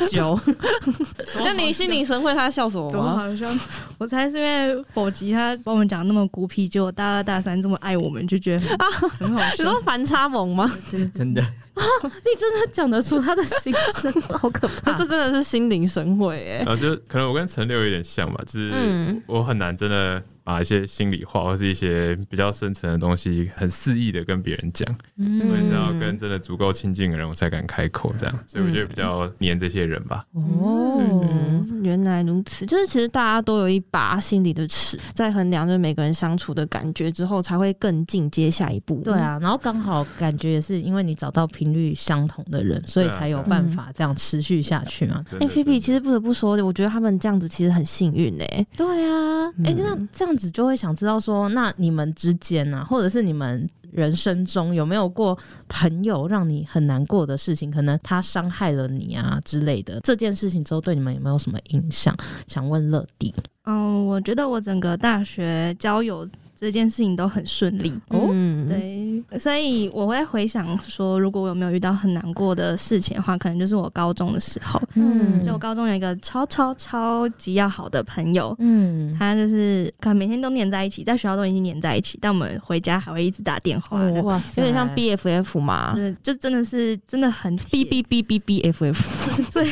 Speaker 1: 久，
Speaker 2: 那你心领神会他笑什么
Speaker 3: 多
Speaker 2: 吗？
Speaker 3: 好像我猜是因为否极他把我们讲得那么孤僻，结果大二大三这么爱我们，就觉得很好
Speaker 2: 你
Speaker 3: 笑。
Speaker 2: 说反差萌吗？
Speaker 4: 真的，
Speaker 1: 你真的讲得出他的心声， 好可怕！
Speaker 2: 这真的是心领神会哎、
Speaker 5: 然后就可能我跟陈六有点像吧，就是
Speaker 2: 嗯
Speaker 5: 我很难真的把一些心里话或是一些比较深层的东西，很肆意的跟别人讲。
Speaker 2: 嗯
Speaker 5: 我也是要跟真的足够亲近的人，我才敢开口这样，所以我就比较黏这些人吧。
Speaker 1: 哦，
Speaker 2: 嗯，原来如此，就是其实大家都有一把心里的尺，在衡量就是每个人相处的感觉之后，才会更进阶下一步。
Speaker 1: 对，啊，然后刚好感觉也是因为你找到频率相同的人，所以才有办法这样持续下去嘛。
Speaker 5: 真
Speaker 2: 哎、
Speaker 5: 的
Speaker 2: p h o b e 其实不得不说，我觉得他们这样子其实很幸运哎、
Speaker 1: 对啊，哎、
Speaker 2: 嗯
Speaker 1: 那这样子就会想知道说，那你们之间呢、啊，或者是你们人生中有没有过朋友让你很难过的事情？可能他伤害了你啊之类的。这件事情之后对你们有没有什么影响？想问乐迪。
Speaker 3: 嗯，我觉得我整个大学交友这件事情都很顺利。哦
Speaker 2: 嗯，
Speaker 3: 对，所以我会回想说，如果我有没有遇到很难过的事情的话，可能就是我高中的时候。
Speaker 2: 嗯
Speaker 3: 就我高中有一个超超超级要好的朋友，
Speaker 1: 嗯，
Speaker 3: 他就是可能每天都黏在一起，在学校都已经黏在一起，但我们回家还会一直打电话，
Speaker 1: 哦哇塞
Speaker 2: 有点像 B F F 嘛
Speaker 3: 就是就真的是真的很
Speaker 2: ，B
Speaker 3: 铁
Speaker 2: B B B B F F，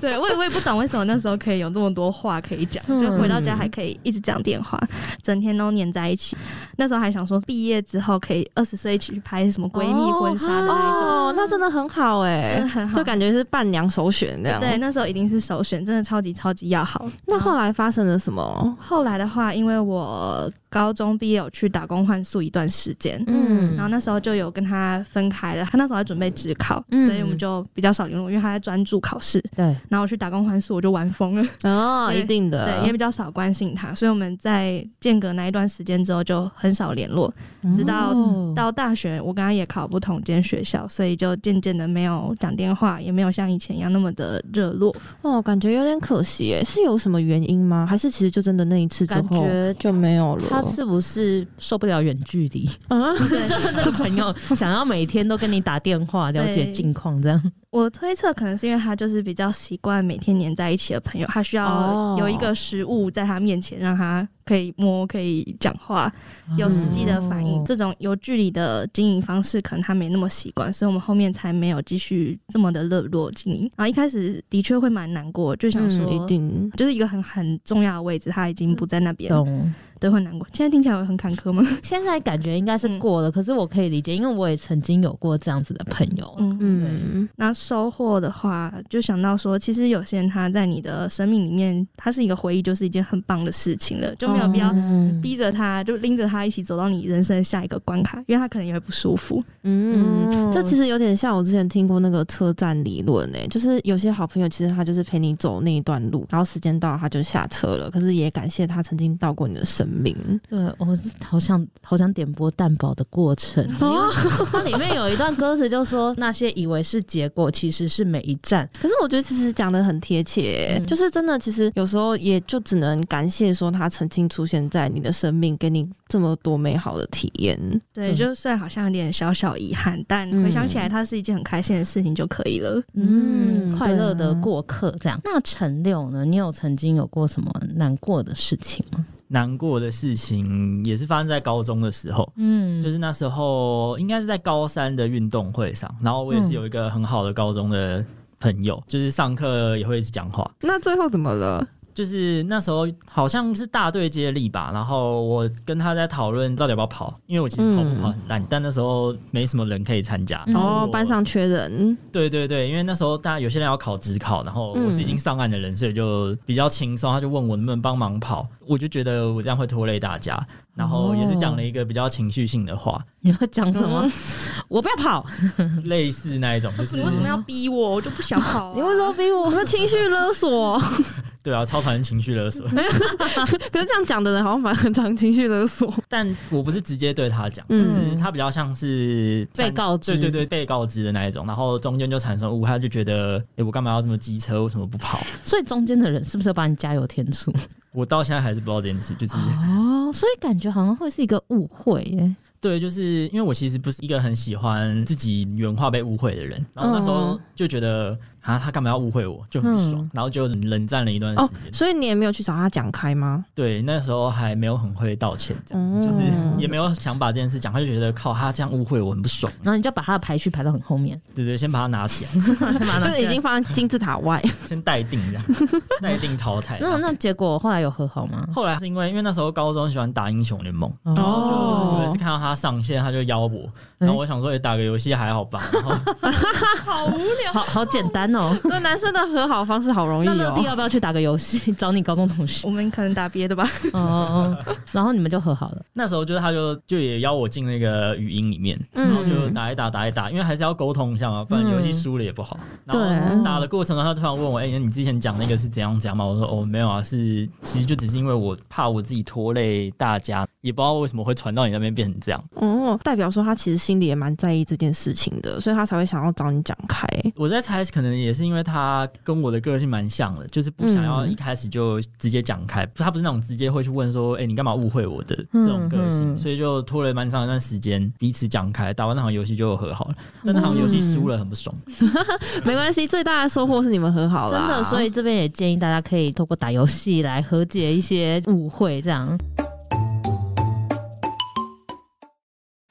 Speaker 3: 对我也我也不懂为什么那时候可以有这么多话可以讲，
Speaker 1: 嗯
Speaker 3: 就回到家还可以一直讲电话，整天都黏在一起。那时候还想说毕业之后可以二十岁一起去拍什么闺蜜婚纱的那种，
Speaker 2: 哦，那真的很好
Speaker 3: 真的
Speaker 2: 哎，
Speaker 3: 很好。
Speaker 2: 就感觉是伴娘首选那样。
Speaker 3: 对，，那时候一定是首选，真的超级超级要好。
Speaker 2: 那后来发生了什么？
Speaker 3: 后来的话，因为我高中毕业有去打工换宿一段时间，
Speaker 2: 嗯
Speaker 3: 然后那时候就有跟他分开了。他那时候还准备职考，
Speaker 1: 嗯
Speaker 3: 所以我们就比较少联络，因为他在专注考试。
Speaker 1: 对，
Speaker 3: 然后我去打工换宿，我就玩疯了，
Speaker 2: 哦，一定的
Speaker 3: 对，也，比较少关心他，所以我们在间隔那一段时间之后就很少联络。直到
Speaker 1: 哦
Speaker 3: 到大学，我跟他也考不同间学校，所以就渐渐的没有讲电话，也没有像以前一样那么的热络。
Speaker 2: 哦，感觉有点可惜哎，是有什么原因吗？还是其实就真的那一次之
Speaker 1: 感
Speaker 2: 后
Speaker 1: 觉
Speaker 2: 就没有了？
Speaker 1: 他是不是受不了远距离？
Speaker 2: 嗯，
Speaker 3: 啊对
Speaker 1: 就是那个朋 友想要每天都跟你打电话了解
Speaker 3: 对
Speaker 1: 近况这样。
Speaker 3: 我推测可能是因为他就是比较习惯每天黏在一起的朋友，他需
Speaker 2: 哦
Speaker 3: 要有一个食物在他面前，让他可以摸、可以讲话，嗯有实际的反应。
Speaker 1: 哦
Speaker 3: 这种有距离的经营方式，可能他没那么习惯，所以我们后面才没有继续这么的热络经营。然后一开始的确会蛮难过，就想说、
Speaker 2: 嗯一定嗯
Speaker 3: 就是一个很很重要的位置，他已经不在那边，
Speaker 1: 懂，
Speaker 3: 对，会难过。现在听起来会很坎坷吗？
Speaker 1: 现在感觉应该是过了，可是我可以理解，因为我也曾经有过这样子的朋友。
Speaker 3: 嗯
Speaker 2: 嗯
Speaker 3: 那收获的话，就想到说，其实有些人他在你的生命里面，他是一个回忆，就是一件很棒的事情了，就没有必
Speaker 2: 哦
Speaker 3: 要
Speaker 1: 嗯
Speaker 3: 逼着他，就拎着他一起走到你人生的下一个关卡，因为他可能也会不舒服。
Speaker 2: 嗯。这其
Speaker 1: 实
Speaker 2: 实有点像我之前听过那个车站理论诶、就是有些好朋友其实他就是陪你走那一段路，然后时间到了他就下车了，可是也感谢他曾经到过你的生命。
Speaker 1: 对我是好想好想点播蛋堡的过程，因
Speaker 3: 嗯
Speaker 1: 为它里面有一段歌词就说那些以为是结果，其实是每一站。
Speaker 2: 可是我觉得其实讲的很贴切欸、
Speaker 1: 嗯
Speaker 2: 就是真的，其实有时候也就只能感谢说他曾经出现在你的生命，给你这么多美好的体验。
Speaker 3: 对，
Speaker 1: 嗯
Speaker 3: 就虽然好像有点小小遗憾，但
Speaker 2: 嗯
Speaker 3: 回想起来，它是一件很开心的事情就可以了。
Speaker 2: 嗯
Speaker 1: 嗯，快乐
Speaker 2: 对啊
Speaker 1: 的过客这样。那陈六呢？你有曾经有过什么难过的事情吗？
Speaker 4: 难过的事情也是发生在高中的时候，
Speaker 1: 嗯，
Speaker 4: 就是那时候应该是在高三的运动会上，然后我也是有一个很好的高中的朋友，就是上课也会一直讲话。
Speaker 2: 那最后怎么了？
Speaker 4: 就是那时候好像是大队接力吧，然后我跟他在讨论到底要不要跑，因为我其实跑步跑很烂，但那时候没什么人可以参加。然后
Speaker 2: 嗯哦
Speaker 4: 我，
Speaker 2: 班上缺人，
Speaker 4: 对对对，因为那时候大家有些人要考职考，然后我是已经上岸的人，所以就比较轻松。他就问我能不能帮忙跑，我就觉得我这样会拖累大家，然后也是讲了一个比较情绪性 的话，
Speaker 1: 你要讲什么？我不要 跑，
Speaker 4: 类似那一种，就是
Speaker 3: 你为什么要
Speaker 2: 嗯
Speaker 3: 逼我？我就不想跑、啊
Speaker 2: 你哦为什么逼我？我们情绪勒索。
Speaker 4: 对啊，超讨厌情绪 勒索。
Speaker 2: 嗯可是这样讲的人好像反而很常情绪勒索。
Speaker 4: 但我不是直接对他讲，
Speaker 2: 嗯
Speaker 4: 就是他比较像是
Speaker 1: 被告知
Speaker 4: 对对对，被告知的那一种，然后中间就产生误会，他就觉得，哎、我干嘛要这么机车？为什么不跑？
Speaker 1: 所以中间的人是不是要把你加油添醋？
Speaker 4: 我到现在还是不知道这件事，就是、
Speaker 1: 哦，所以感觉好像会是一个误会耶。
Speaker 4: 对，就是因为我其实不是一个很喜欢自己原话被误会的人，然后那时候就觉得啊，他干嘛要误会我，就很不爽，
Speaker 1: 嗯
Speaker 4: 然后就冷战了一段
Speaker 2: 哦
Speaker 4: 时间。，
Speaker 2: 所以你也没有去找他讲开吗？
Speaker 4: 对，那时候还没有很会道歉，这样、
Speaker 2: 嗯
Speaker 4: 就是也没有想把这件事讲，他就觉得靠他这样误会我很不爽，
Speaker 1: 然后你就把他的排序排到很后面，
Speaker 4: 对对，先把他拿起来，
Speaker 2: 这
Speaker 1: 这
Speaker 2: 个已经。放在金字塔外。
Speaker 4: 先待定 这样，待定淘汰。
Speaker 1: 那那结果后来有和好吗？
Speaker 4: 后来是因为因为那时候高中喜欢打英雄联盟，
Speaker 2: 哦哎
Speaker 4: 有一次看到他上线，他就邀我，然后我想说，也打个游戏还好吧。然 后
Speaker 3: 好无聊？
Speaker 1: 好好简单哦。
Speaker 2: 对，男生的和好方式好容易
Speaker 1: 那乐
Speaker 2: 哦
Speaker 1: 蒂。要不要去打个游戏， 找你高中同学？
Speaker 3: 我们可能打别的吧。
Speaker 1: 哦，然后你们就和好了。
Speaker 4: 那时候就是他就就也邀我进那个语音里面，
Speaker 2: 嗯
Speaker 4: 然后就打一打打一打，因为还是要沟通一下嘛，不然游戏输了也不好。然后
Speaker 2: 对
Speaker 4: 打的过程中，他突然问我：“哎、你之前讲那个是怎样讲嘛？”我说：“哦，没有啊，是其实就只是因为我怕我自己拖累大家，也不知道为什么会传到你那边变成这样。”
Speaker 5: 样。
Speaker 2: 哦，代表说他其实心里也蛮在意这件事情的，所以他才会想要找你讲开。
Speaker 4: 我在猜，可能也是因为他跟我的个性蛮像的，就是不想要
Speaker 2: 嗯
Speaker 4: 一开始就直接讲开，他不是那种直接会去问说，哎、你干嘛误会我的这种个性，
Speaker 1: 嗯嗯
Speaker 4: 所以就拖了蛮长一段时间，彼此讲开，打完那场游戏就和好了，但那场游戏输了很不爽，、
Speaker 2: 嗯没关系，最大的收获是你们和好了。
Speaker 1: 真的，所以这边也建议大家可以透过打游戏来和解一些误会，这样。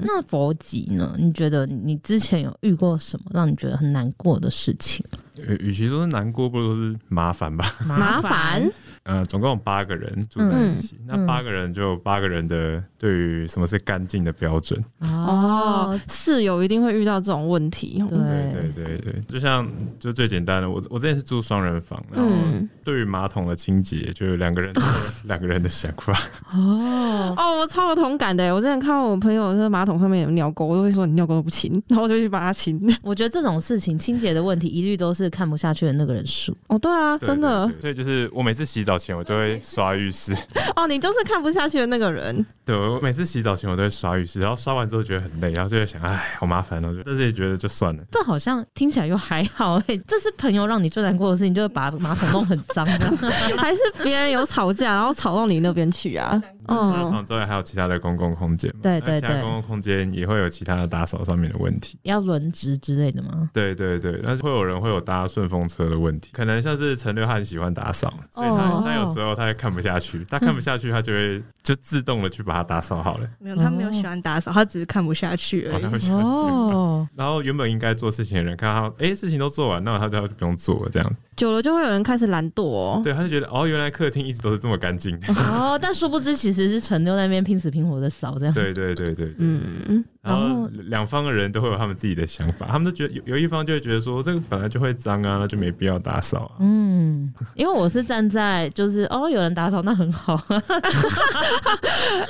Speaker 1: 那佛吉呢？你觉得你之前有遇过什么让你觉得很难过的事情？
Speaker 5: 呃与其说是难过，不如说是麻烦吧。
Speaker 2: 麻烦，
Speaker 5: 呃，总共有八个人住在一
Speaker 1: 嗯
Speaker 5: 起，那八个人就有八个人的对于什么是干净的标准。
Speaker 2: 哦
Speaker 1: 哦，，
Speaker 2: 室友一定会遇到这种问题。哦
Speaker 1: 对
Speaker 5: 对对对对，就像就最简单的，我我之前是住双人房，然后
Speaker 2: 嗯，
Speaker 5: 对于马桶的清洁，就有两个 人都有两个人的想法。
Speaker 1: 哦，
Speaker 2: 哦，我超有同感的。我之前看到我朋友在马桶上面有尿垢，我都会说你尿垢都不清，然后我就去帮他清。
Speaker 1: 我觉得这种事情清洁的问题，一律都是看不下去的那个人输。
Speaker 2: 哦，对啊，
Speaker 5: 对
Speaker 2: 真的
Speaker 5: 对对所以就是我每次洗澡前，我都会刷浴室。
Speaker 2: 哦，你就是看不下去的那个人。
Speaker 5: 对，我每次洗澡前我都会刷浴室，然后刷完之后觉得很累，然后就会想，哎，好麻烦哦。就但是也觉得就算了。
Speaker 1: 这好像听起来又还好哎、这是朋友让你最难过的事情，就是把马桶弄很脏的。
Speaker 2: 还是别人有吵架，然后吵到你那边去啊？
Speaker 5: 除了
Speaker 2: 哦，
Speaker 5: 房之外，还有其他的公共空间嘛？
Speaker 1: 嗯对
Speaker 5: 那
Speaker 1: 对
Speaker 5: 其他
Speaker 1: 对
Speaker 5: 公共空间也会有其他的打扫上面的问题。
Speaker 1: 要轮值之类的吗？
Speaker 5: 对对对，但是会有人会有搭顺风车的问题，可能像是陈六汉喜欢打扫，所以他、
Speaker 2: 哦
Speaker 5: 他有时候他也看不下去，他看不下去，他就会就自动的去把它打扫好了，
Speaker 3: 没有，他没
Speaker 2: 哦
Speaker 3: 有喜欢打扫，他只是看不下去而已
Speaker 5: 然后他。会下去。
Speaker 1: 哦，
Speaker 5: 然后原本应该做事情的人看到，哎、事情都做完，那他就不用做了，这样，
Speaker 2: 久了就会有人开始懒惰哦。
Speaker 5: 对，他就觉得哦，原来客厅一直都是这么干净的，
Speaker 1: 哦，但殊不知其实是陈六那边拼死拼活的扫这样。
Speaker 5: 对对对对，
Speaker 2: 嗯，
Speaker 5: 然
Speaker 1: 然
Speaker 5: 后
Speaker 1: 后
Speaker 5: 两方的人都会有他们自己的想法，他们都觉得有有一方就会觉得说这个本来就会脏啊，那就没必要打扫啊，
Speaker 1: 嗯，因为我是站在就是哦，有人打扫那很好，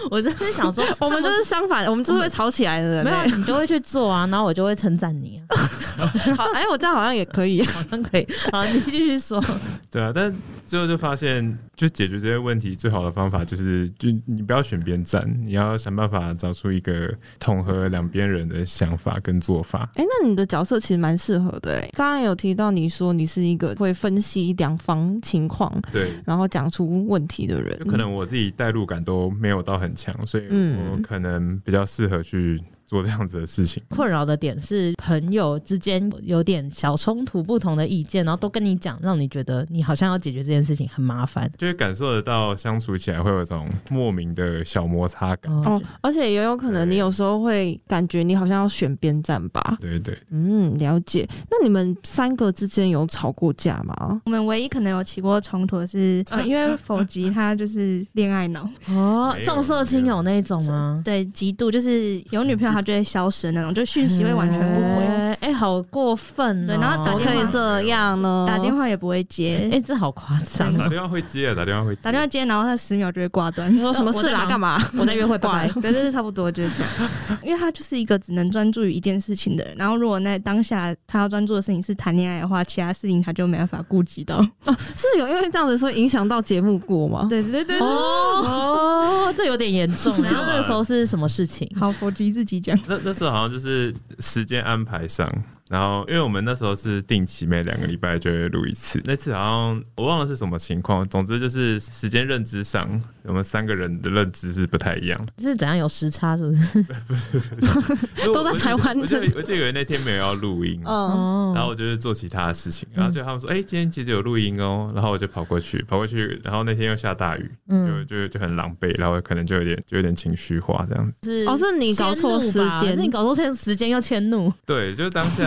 Speaker 1: 我就是想说，
Speaker 2: 我们就是相反，我们就是会吵起来的人
Speaker 1: 没
Speaker 2: 欸。
Speaker 1: 有啊你就会去做啊，然后我就会称赞你啊，
Speaker 2: 好，哎，我这样好像也可以。
Speaker 1: 好像可以。好，你继续说。
Speaker 5: 对啊，但最后就发现，就解决这些问题最好的方法就是，就你不要选边站，你要想办法找出一个统合两边人的想法跟做法。
Speaker 2: 哎、那你的角色其实蛮适合的哎。刚刚有提到你说你是一个会分析两方情况，
Speaker 5: 对，
Speaker 2: 然后讲出问题的人
Speaker 5: 就，可能我自己代入感都没有到很强，所以
Speaker 2: 嗯
Speaker 5: 我可能比较适合去做这样子的事情。
Speaker 1: 困扰的点是朋友之间有点小冲突，不同的意见，然后都跟你讲，让你觉得你好像要解决这件事情很麻烦。
Speaker 5: 就会感受得到相处起来会有一种莫名的小摩擦感。
Speaker 1: 哦
Speaker 2: 哦，而且也有可能你有时候会感觉你好像要选边站吧。
Speaker 5: 对对，
Speaker 2: 嗯，了解。那你们三个之间有吵过架吗？
Speaker 3: 我们唯一可能有起过冲突的是，
Speaker 2: 嗯
Speaker 3: 呃，因为否极他就是恋爱脑，
Speaker 1: 哦
Speaker 5: 没，有
Speaker 1: 重色轻友那一种吗？
Speaker 3: 对，极度就是有女朋友他就会消失的那种，就讯息会完全不回，
Speaker 1: 哎、哎好过分、哦！
Speaker 3: 对然后
Speaker 2: 怎
Speaker 3: 打
Speaker 2: 么
Speaker 3: 电话
Speaker 2: 可以这样呢？
Speaker 3: 打电话也不会
Speaker 1: 哎、
Speaker 3: 接，
Speaker 1: 这好夸张！
Speaker 5: 打电话会接啊，打电话会接
Speaker 3: 打电话接，然后他十秒就会挂断
Speaker 2: 你。说什么事
Speaker 1: 我在
Speaker 2: 啦？
Speaker 1: 忙
Speaker 2: 干嘛？
Speaker 1: 我在约会，拜
Speaker 2: 挂
Speaker 1: 拜
Speaker 2: 了。
Speaker 3: 对，就是差不多就是这样， 因为他就是一个只能专注于一件事情的人。然后，如果那当下他要专注的事情是谈恋爱的话，其他事情他就没办法顾及到。
Speaker 2: 是有因为这样子所以影响到节目过吗？
Speaker 3: 对对对对，
Speaker 1: 哦哦，这有点严重。然后那个时候是什么事情？
Speaker 3: 好，佛吉自己讲。
Speaker 5: 那那时候好像就是时间安排上，然后因为我们那时候是定期每两个礼拜就会录一次，那次好像我忘了是什么情况，总之就是时间认知上，我们三个人的认知是不太一样。
Speaker 1: 是怎样有时差？是不是？
Speaker 2: 都在台湾
Speaker 5: 我就我就我就以为那天没有要录音。
Speaker 2: 嗯，
Speaker 1: 哦，
Speaker 5: 然后我就是做其他的事情，然后就他们说，哎、今天其实有录音哦，然后我就跑过去，跑过去，然后那天又下大雨，就
Speaker 1: 嗯，
Speaker 5: 就就很狼狈，然后可能就有点就有点情绪化这样子。
Speaker 1: 是
Speaker 2: 哦是你搞错时
Speaker 1: 迁怒吧
Speaker 2: 间
Speaker 1: 是你搞错迁时间又迁怒。
Speaker 5: 对，就是当 下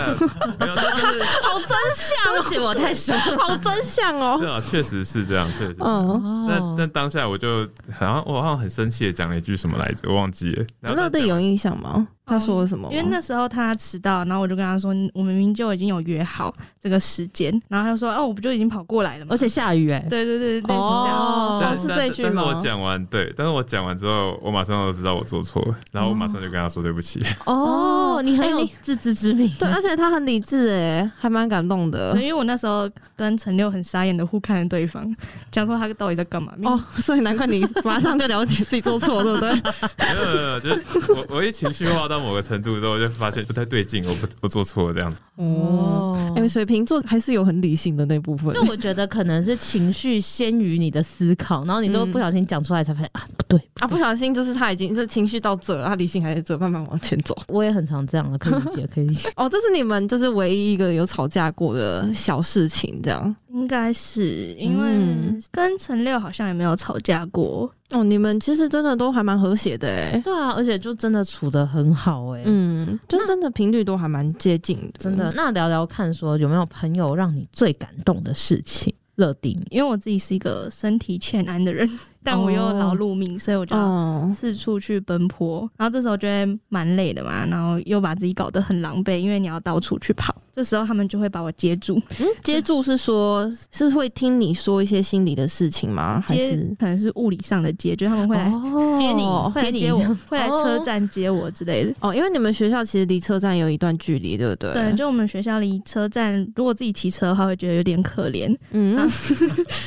Speaker 5: 没有，但就是
Speaker 2: 好真
Speaker 1: 对
Speaker 2: 相
Speaker 1: 不起，我太凶。
Speaker 2: 哦， 好真相哦。
Speaker 5: 对啊，确实是这样，确实是。
Speaker 2: 嗯，
Speaker 1: 哦
Speaker 5: 但但当下我就好像我好像很生气的讲了一句什么来着，我忘记了。然后
Speaker 2: 乐
Speaker 5: 但
Speaker 2: 队有印象吗？他说了什么吗？
Speaker 3: 哦因为那时候他迟到，然后我就跟他说，我们明明就已经有约好这个时间，然后他就说，哦，我不就已经跑过来了吗？
Speaker 1: 而且下雨哎、
Speaker 3: 对对对，类似这样。
Speaker 2: 哦
Speaker 5: 但
Speaker 2: 是
Speaker 5: 但
Speaker 2: 这句
Speaker 5: 但是
Speaker 2: 吗
Speaker 5: 我讲完，
Speaker 2: 嗯
Speaker 5: 对，但是我讲完之后，我马上就知道我做错了，然后我马上就跟他说对不起。
Speaker 1: 哦，你啊很
Speaker 2: 哎
Speaker 1: 有
Speaker 2: 你
Speaker 1: 自知之明，
Speaker 2: 对，而且他很理智哎，还蛮感动的
Speaker 3: 对。因为我那时候跟陈六很傻眼的互看着对方，讲说他到底在干嘛。
Speaker 2: 哦，所以难怪你马上就了解自己做错，对不对？
Speaker 5: 没有没有，就是我我一情绪化到某个程度之后，我就发现不太对劲，我不我做错了这样子。
Speaker 2: 哦，
Speaker 1: 哎
Speaker 2: 因为水瓶座还是有很理性的那部分
Speaker 1: 就。我觉得可能是情绪先于你的思考，然后你都
Speaker 2: 嗯
Speaker 1: 不小心讲出来才发现、啊不对。
Speaker 2: 啊，不小心就是他已经这情绪到这了，他理性还在这，慢慢往前走。
Speaker 1: 我也很常这样啊，可以理 解，可以理解。
Speaker 2: 哦，这是你们就是唯一一个有吵架过的小事情，这样。
Speaker 3: 应该是因
Speaker 2: 嗯
Speaker 3: 为跟陈六好像也没有吵架过，
Speaker 2: 哦，你们其实真的都还蛮和谐的哎。
Speaker 1: 对啊，而且就真的处的很好哎、
Speaker 2: 嗯，就真的频率都还蛮接近的，
Speaker 1: 真的。那聊聊看，说有没有朋友让你最感动的事情？乐迪，
Speaker 3: 因为我自己是一个身体欠安的人， 但我又劳碌命，所以我就要
Speaker 2: 哦。
Speaker 3: 四处去奔波，然后这时候就会蛮累的嘛，然后又把自己搞得很狼狈，因为你要到处去跑。这时候他们就会把我接住，
Speaker 2: 嗯，接住是说，是会听你说一些心里的事情吗？还
Speaker 3: 接
Speaker 2: 是
Speaker 3: 可能是物理上的接，就是他们会来
Speaker 2: 哦
Speaker 1: 接你
Speaker 3: 会来接
Speaker 1: 接
Speaker 3: 我
Speaker 1: 你，
Speaker 3: 会来车站接我之类的。
Speaker 2: 哦，因为你们学校其实离车站有一段距离，对不对？
Speaker 3: 对，，就我们学校离车站，如果自己骑车的话，会觉得有点可怜。
Speaker 2: 嗯，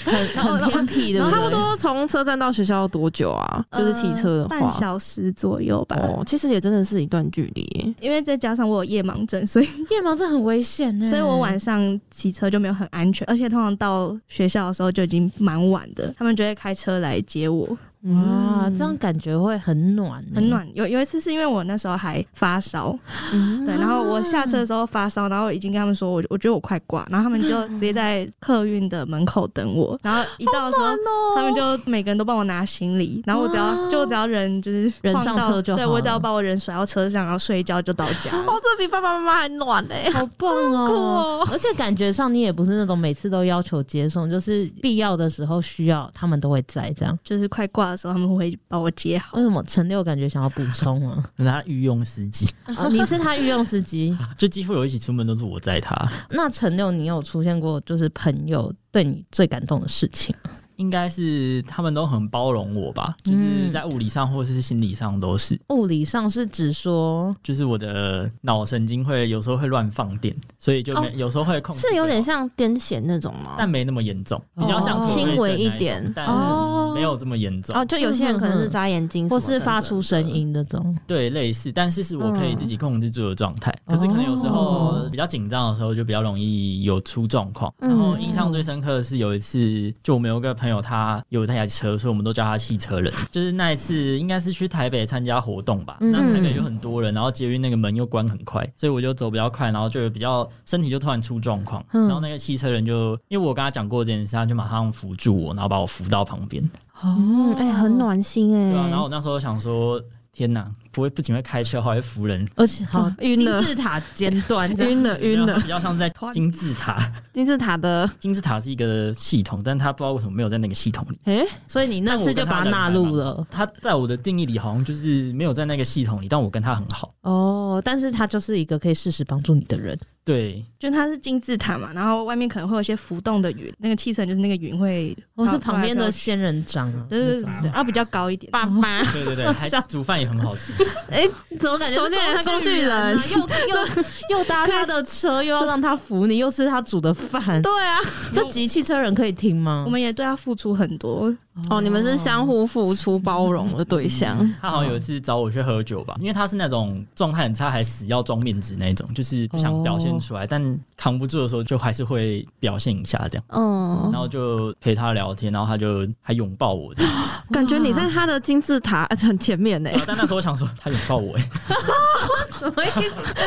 Speaker 1: 很很偏僻，对不 对？
Speaker 2: 差不。多从车站到学校要多久啊？就是骑车的
Speaker 3: 呃
Speaker 2: 话，
Speaker 3: 半小时左右吧，
Speaker 2: 哦，其实也真的是一段距离。
Speaker 3: 因为再加上我有夜盲症，所以
Speaker 1: 夜盲这很危险呢、
Speaker 3: 所以我晚上骑车就没有很安全，而且通常到学校的时候就已经蛮晚的，他们就会开车来接我，
Speaker 2: 嗯
Speaker 1: 哇，这样感觉会嗯很暖、欸
Speaker 3: 很。暖。有有一次是因为我那时候还发烧，
Speaker 2: 嗯，
Speaker 3: 对，然后我下车的时候发烧，然后已经跟他们说我我觉得我快挂，然后他们就直接在客运的门口等我，然后一到的时候。他们就每个人都帮我拿行李，然后我只要就只要人就是
Speaker 1: 人
Speaker 3: 晃
Speaker 1: 上
Speaker 3: 到
Speaker 1: 车就
Speaker 3: 对
Speaker 1: 好
Speaker 3: 我只要
Speaker 1: 了
Speaker 3: 把我人甩到车上，然后睡一觉就到家了。
Speaker 2: 哦，这比爸爸妈妈还暖嘞、
Speaker 1: 好棒
Speaker 2: 酷
Speaker 1: 哦！
Speaker 2: 哦！
Speaker 1: 而且感觉上你也不是那种每次都要求接送，就是必要的时候需要，他们都会在这样。
Speaker 3: 就是快挂的时候，他们会把我接好。
Speaker 1: 为什么陈六感觉想要补充啊吗
Speaker 4: 那他御用司机，
Speaker 1: 啊？你是他御用司机，
Speaker 4: 就几乎有一起出门都是我载他。
Speaker 1: 那陈六，你有出现过就是朋友对你最感动的事情？
Speaker 4: 应该是他们都很包容我吧，
Speaker 1: 嗯
Speaker 4: 就是在物理上或是心理上都是。
Speaker 1: 物理上是指说，
Speaker 4: 就是我的脑神经会有时候会乱放电，所以就没、
Speaker 2: 哦
Speaker 4: 有时候会控制不了。
Speaker 2: 是有点像癫痫那种吗？
Speaker 4: 啊但没那么严重，
Speaker 1: 哦
Speaker 4: 比较像妥瑞症那种
Speaker 2: 轻微一点
Speaker 4: 但
Speaker 2: 哦
Speaker 4: 没有这么严重。
Speaker 2: 哦，就有些人可能是眨眼睛，
Speaker 1: 或是发出声。音这种，
Speaker 4: 对，类似，但是是我可以
Speaker 2: 嗯
Speaker 4: 自己控制住的状态。
Speaker 1: 嗯
Speaker 4: 可是可能有时
Speaker 1: 哦
Speaker 4: 候比较紧张的时候，就比较容易有出状况。
Speaker 2: 嗯
Speaker 4: 然后哦印象最深刻的是有一次，就我们有个朋友，他有一台车，所以我们都叫他汽车人。就是那一次，应该是去台北参加活动吧。
Speaker 1: 嗯
Speaker 4: 那台北有很多人，然后捷运那个门又关很快，所以我就走比较快，然后就有比较身体就突然出状况。
Speaker 2: 嗯
Speaker 4: 然后那个汽车人就因为我跟他讲过这件事，他就马上扶住我，然后把我扶到旁边。
Speaker 1: 哦
Speaker 2: 嗯，哎、很。暖心哎、
Speaker 4: 对啊，然后我那时候想说，天哪，不会不仅会开车，还会扶人，
Speaker 1: 而且好
Speaker 2: 哦晕了
Speaker 1: 金字塔尖端 这样
Speaker 2: 晕了晕了
Speaker 4: 比，较 像在金字塔。
Speaker 2: 金字塔的
Speaker 4: 金字塔是一个系统，但他不知道为什么没有在那个系统里。
Speaker 2: 哎、
Speaker 1: 所以你那次就把它 纳入了
Speaker 4: 他在我的定义里好像就是没有在那个系统里，但我跟他很好。
Speaker 1: 哦，但是他就是一个可以适时帮助你的人，
Speaker 4: 对，
Speaker 3: 就它是金字塔嘛，然后外面可能会有一些浮动的云，那个汽车就是那个云会
Speaker 1: 或哦是
Speaker 3: 飘
Speaker 1: 旁边的，仙人掌啊，
Speaker 3: 飘来飘去就是啊比较高一点。
Speaker 1: 爸爸，
Speaker 4: 对对对，还煮饭也很好吃。
Speaker 1: 哎、怎么感觉
Speaker 2: 怎么变成工具人
Speaker 1: 啊 又又又搭他的车，又要让他扶你，又吃他煮的 饭，
Speaker 2: 对啊，
Speaker 1: 这集汽车人可以听吗？
Speaker 3: 我们也对它付出很多，
Speaker 2: 哦，你们是相互付出包容的对象，
Speaker 4: 他好像有一次找我去喝酒吧，因为他是那种状态很差，还死要装面子那种，就是不想表现出来，但扛不住的时候就还是会表现一下这样。
Speaker 2: 嗯
Speaker 4: 然，后就陪他聊天，然后他就还拥抱我这样。
Speaker 2: 感觉你在他的金字塔呃很前面 呢、
Speaker 4: 对啊但那时候我想说，他拥抱我、欸，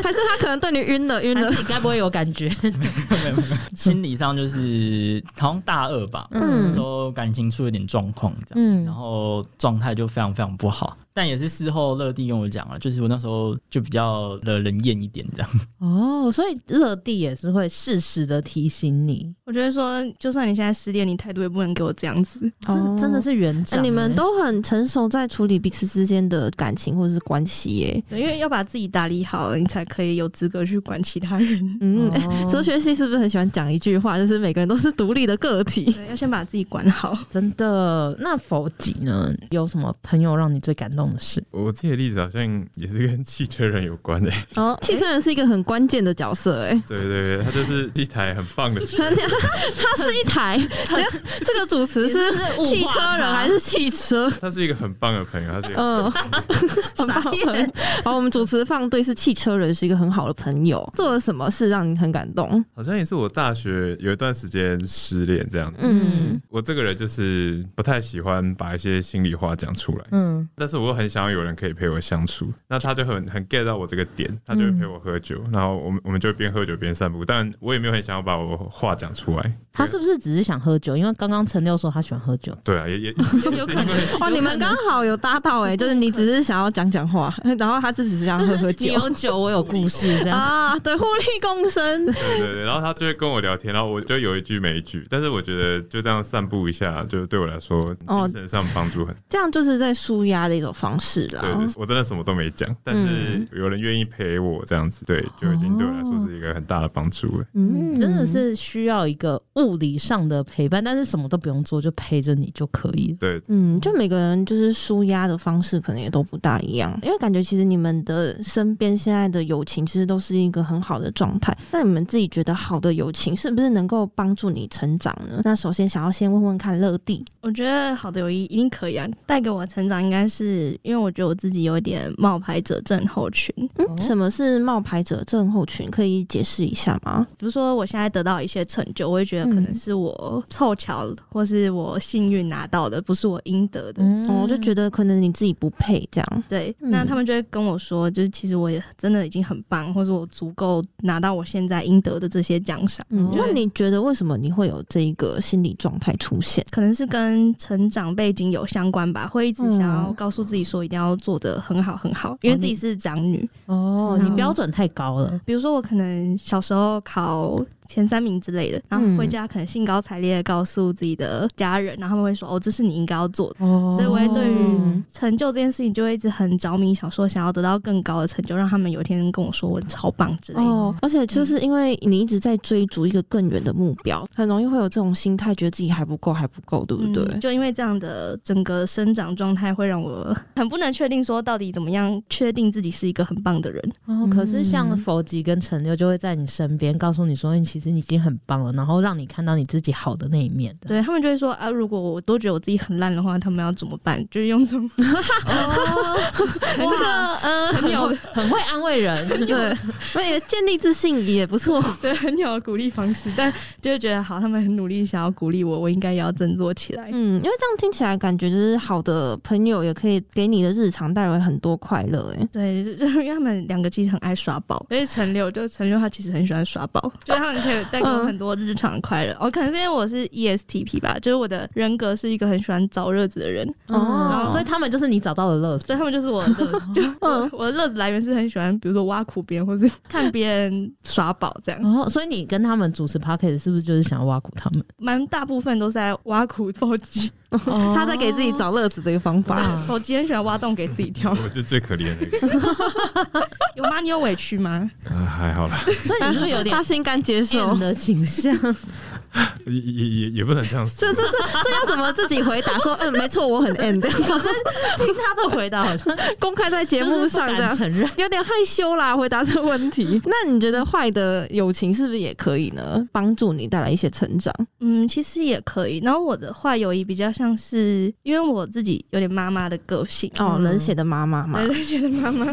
Speaker 2: 还是他可能对你晕了晕
Speaker 1: 还
Speaker 2: 了
Speaker 1: 是？你该不会有感 觉？
Speaker 4: 心理上就是好像大二吧，
Speaker 2: 嗯
Speaker 4: 那时候感情出了点状况这样，
Speaker 1: 嗯
Speaker 4: 然后状态就非常非常不好。但也是事后乐蒂跟我讲了，就是我那时候就比较的人厌一点这样。
Speaker 1: 哦，所以乐蒂也是会适时的提醒你，
Speaker 3: 我觉得说，就算你现在失恋，你态度也不能给我这样子。
Speaker 1: 这、
Speaker 2: 哦
Speaker 1: 真的是原
Speaker 2: 哎、
Speaker 1: 长、
Speaker 2: 你们
Speaker 1: 欸
Speaker 2: 都很成熟，在处理彼此之间的感情或者是关系耶。
Speaker 3: 对，因为要把自己打理好，你才可以有资格去管其他人。
Speaker 2: 嗯，
Speaker 1: 哦
Speaker 2: 哎 哲学系是不是很喜欢讲一句话，就是每个人都是独立的个体？
Speaker 3: 对，要先把自己管好。
Speaker 1: 真的。那否极呢？有什么朋友让你最感动的事？
Speaker 5: 我自己的例子好像也是跟汽车人有 关的、
Speaker 2: 哦，汽车人是一个很关键的角色，哎，
Speaker 5: 对对对，它就是一台很棒的车，
Speaker 2: 它是一台，等一下这个主持是
Speaker 1: 物化
Speaker 2: 哎汽车人
Speaker 1: 它
Speaker 2: 还是汽车？
Speaker 5: 它是一个很棒的朋友，它是一 个
Speaker 2: 嗯，很棒。很好，我们主持放对是汽车人，是一个很好的朋友。做了什么事让你很感动？
Speaker 5: 好像也是我大学有一段时间失恋这样子。
Speaker 2: 嗯，
Speaker 5: 我这个人就是不太喜欢把一些心里话讲出来，
Speaker 1: 嗯，
Speaker 5: 但是我又很想要有人可以陪我相处，那他就很很 get 到我这个点，他就会陪我喝酒，然后我们我们就边喝酒边散步，但我也没有很想要把我话讲出来。
Speaker 1: 他是不是只是想喝酒？因为刚刚陈六说他喜欢喝 酒，
Speaker 5: 对啊，也也也是因为
Speaker 2: 哇，哦你们刚好有搭到哎、就是你只是想要讲讲话，然后他只是想要喝喝酒。
Speaker 1: 酒，我有故事，这样。
Speaker 2: 啊，对，互利共生，
Speaker 5: 对对对，然后他就会跟我聊天，然后我就有一句没一句，但是我觉得就这样散步一下，就对我来说
Speaker 2: 哦
Speaker 5: 精神上帮助很大。
Speaker 2: 这样就是在舒压的一种方式啦。
Speaker 5: 对对，我真的什么都没讲，但是有人愿意陪我这样子，对，就已经对我来说是一个很大的帮助了。
Speaker 2: 嗯
Speaker 1: 真的是需要一个物理上的陪伴，但是什么都不用做，就陪着你就可以了。
Speaker 5: 对，
Speaker 2: 嗯，就每个人就是舒压的方式可能也都不大一样，因为感觉其实你们的身边现在的友情其实都是一个很好的状态。那你们自己觉得好的友情是不是能够帮助你成长呢？那首先想要先问问看乐蒂，
Speaker 3: 我觉得好的友谊一定可以啊，带给我成长，应该是因为我觉得我自己有一点冒牌者症候群。
Speaker 2: 嗯，
Speaker 1: 哦
Speaker 2: 什么是冒牌者症候群？可以解释一下吗？
Speaker 3: 比如说我现在得到一些成就，我会觉得可能是我凑巧或是我幸运拿到的，不是我应得的。
Speaker 1: 嗯
Speaker 2: 哦，我就觉
Speaker 1: 得
Speaker 2: 得可能你自己不配这样。
Speaker 3: 对，
Speaker 2: 嗯
Speaker 3: 那他们就会跟我说，就是其实我也真的已经很棒，或者我足够拿到我现在应得的这些奖赏。
Speaker 2: 嗯
Speaker 1: 哦，
Speaker 2: 那你觉得为什么你会有这一个心理状态出现？
Speaker 3: 可能是跟成长背景有相关吧，会一直想
Speaker 2: 嗯
Speaker 3: 要告诉自己说一定要做得很好很好，因为自己是长女。
Speaker 1: 哦，你标准太高了。
Speaker 3: 比如说我可能小时候考前三名之
Speaker 2: 嗯
Speaker 3: 类的，然后回家可能兴高采烈地告诉自己的家人，然后他们会说：“哦，这是你应该要做的。”
Speaker 1: 哦
Speaker 3: 所以我会对于
Speaker 2: 嗯
Speaker 3: 成就这件事情就会一直很着迷，想说想要得到更高的成就，让他们有一天跟我说我超棒之类的。
Speaker 1: 嗯
Speaker 2: 哦，而且就是因为你一直在追逐一个更远的目标，很容易会有这种心态，觉得自己还不够，还不够，对不对？
Speaker 3: 嗯就因为这样的整个生长状态，会让我很不能确定说到底怎么样确定自己是一个很棒的人。
Speaker 1: 哦，可是像
Speaker 2: 嗯
Speaker 1: 佛吉跟陈六就会在你身边，告诉你说，哎你其实你已经很棒了，然后让你看到你自己好的那一面的。
Speaker 3: 对他们就会说啊，如果我都觉得我自己很烂的话，他们要怎么办？就是用这种
Speaker 2: 这个呃，
Speaker 3: 很鸟的、
Speaker 1: 很会安慰人，
Speaker 2: 对，我也建立自信也不 错。
Speaker 3: 对很鸟的鼓励方式，但就会觉得好，他们很努力想要鼓励我，我应该也要振作起来。
Speaker 2: 嗯，因为这样听起来感觉就是好的朋友也可以给你的日常带来很多快乐。哎，
Speaker 3: 对，就就 因为他们两个其实很爱耍宝，而且陈六就陈六他其实很喜欢耍宝，就是他们可以带给我很多日常的快乐。哦，可能是因为我是 ESTP 吧，就是我的人格是一个很喜欢找乐子的人，
Speaker 1: 哦，所以他们就是你找到的乐
Speaker 3: 所
Speaker 1: 子
Speaker 3: 以。他们就是我的乐子，就我我的乐子来源是很喜欢，比如说挖苦别人或是 看别人耍宝这样，
Speaker 1: 哦，所以你跟他们主持 p o c k e t 是不是就是想要挖苦他们？
Speaker 3: 蛮大部分都是在挖苦暴击，
Speaker 2: 他在给自己找乐子的一个方 法。
Speaker 1: 哦哇
Speaker 3: 暴击很喜欢挖洞给自己跳。
Speaker 5: 我就最可怜的一个，
Speaker 3: 有吗？你有委屈吗？
Speaker 5: 啊还好啦，
Speaker 1: 所以你是不是有点
Speaker 2: 他心甘情受
Speaker 1: 贱？的倾向？
Speaker 5: 也也也也不能这样说
Speaker 2: 这。这这这要怎么自己回答？说嗯，没错，我很 end，
Speaker 1: 听他的回答好像
Speaker 2: 公开在节
Speaker 1: 就是
Speaker 2: 目
Speaker 1: 不
Speaker 2: 上这
Speaker 1: 敢
Speaker 2: 样。
Speaker 1: 承认。
Speaker 2: 有点害羞啦，回答这个问 题。那你觉得坏的友情是不是也可以呢？帮助你带来一些成长？
Speaker 3: 嗯，其实也可以。然后我的话，友谊比较像是，因为我自己有点妈妈的个性，
Speaker 2: 哦，
Speaker 1: 嗯
Speaker 2: 冷血的妈妈嘛
Speaker 3: 对，，冷血的妈 妈。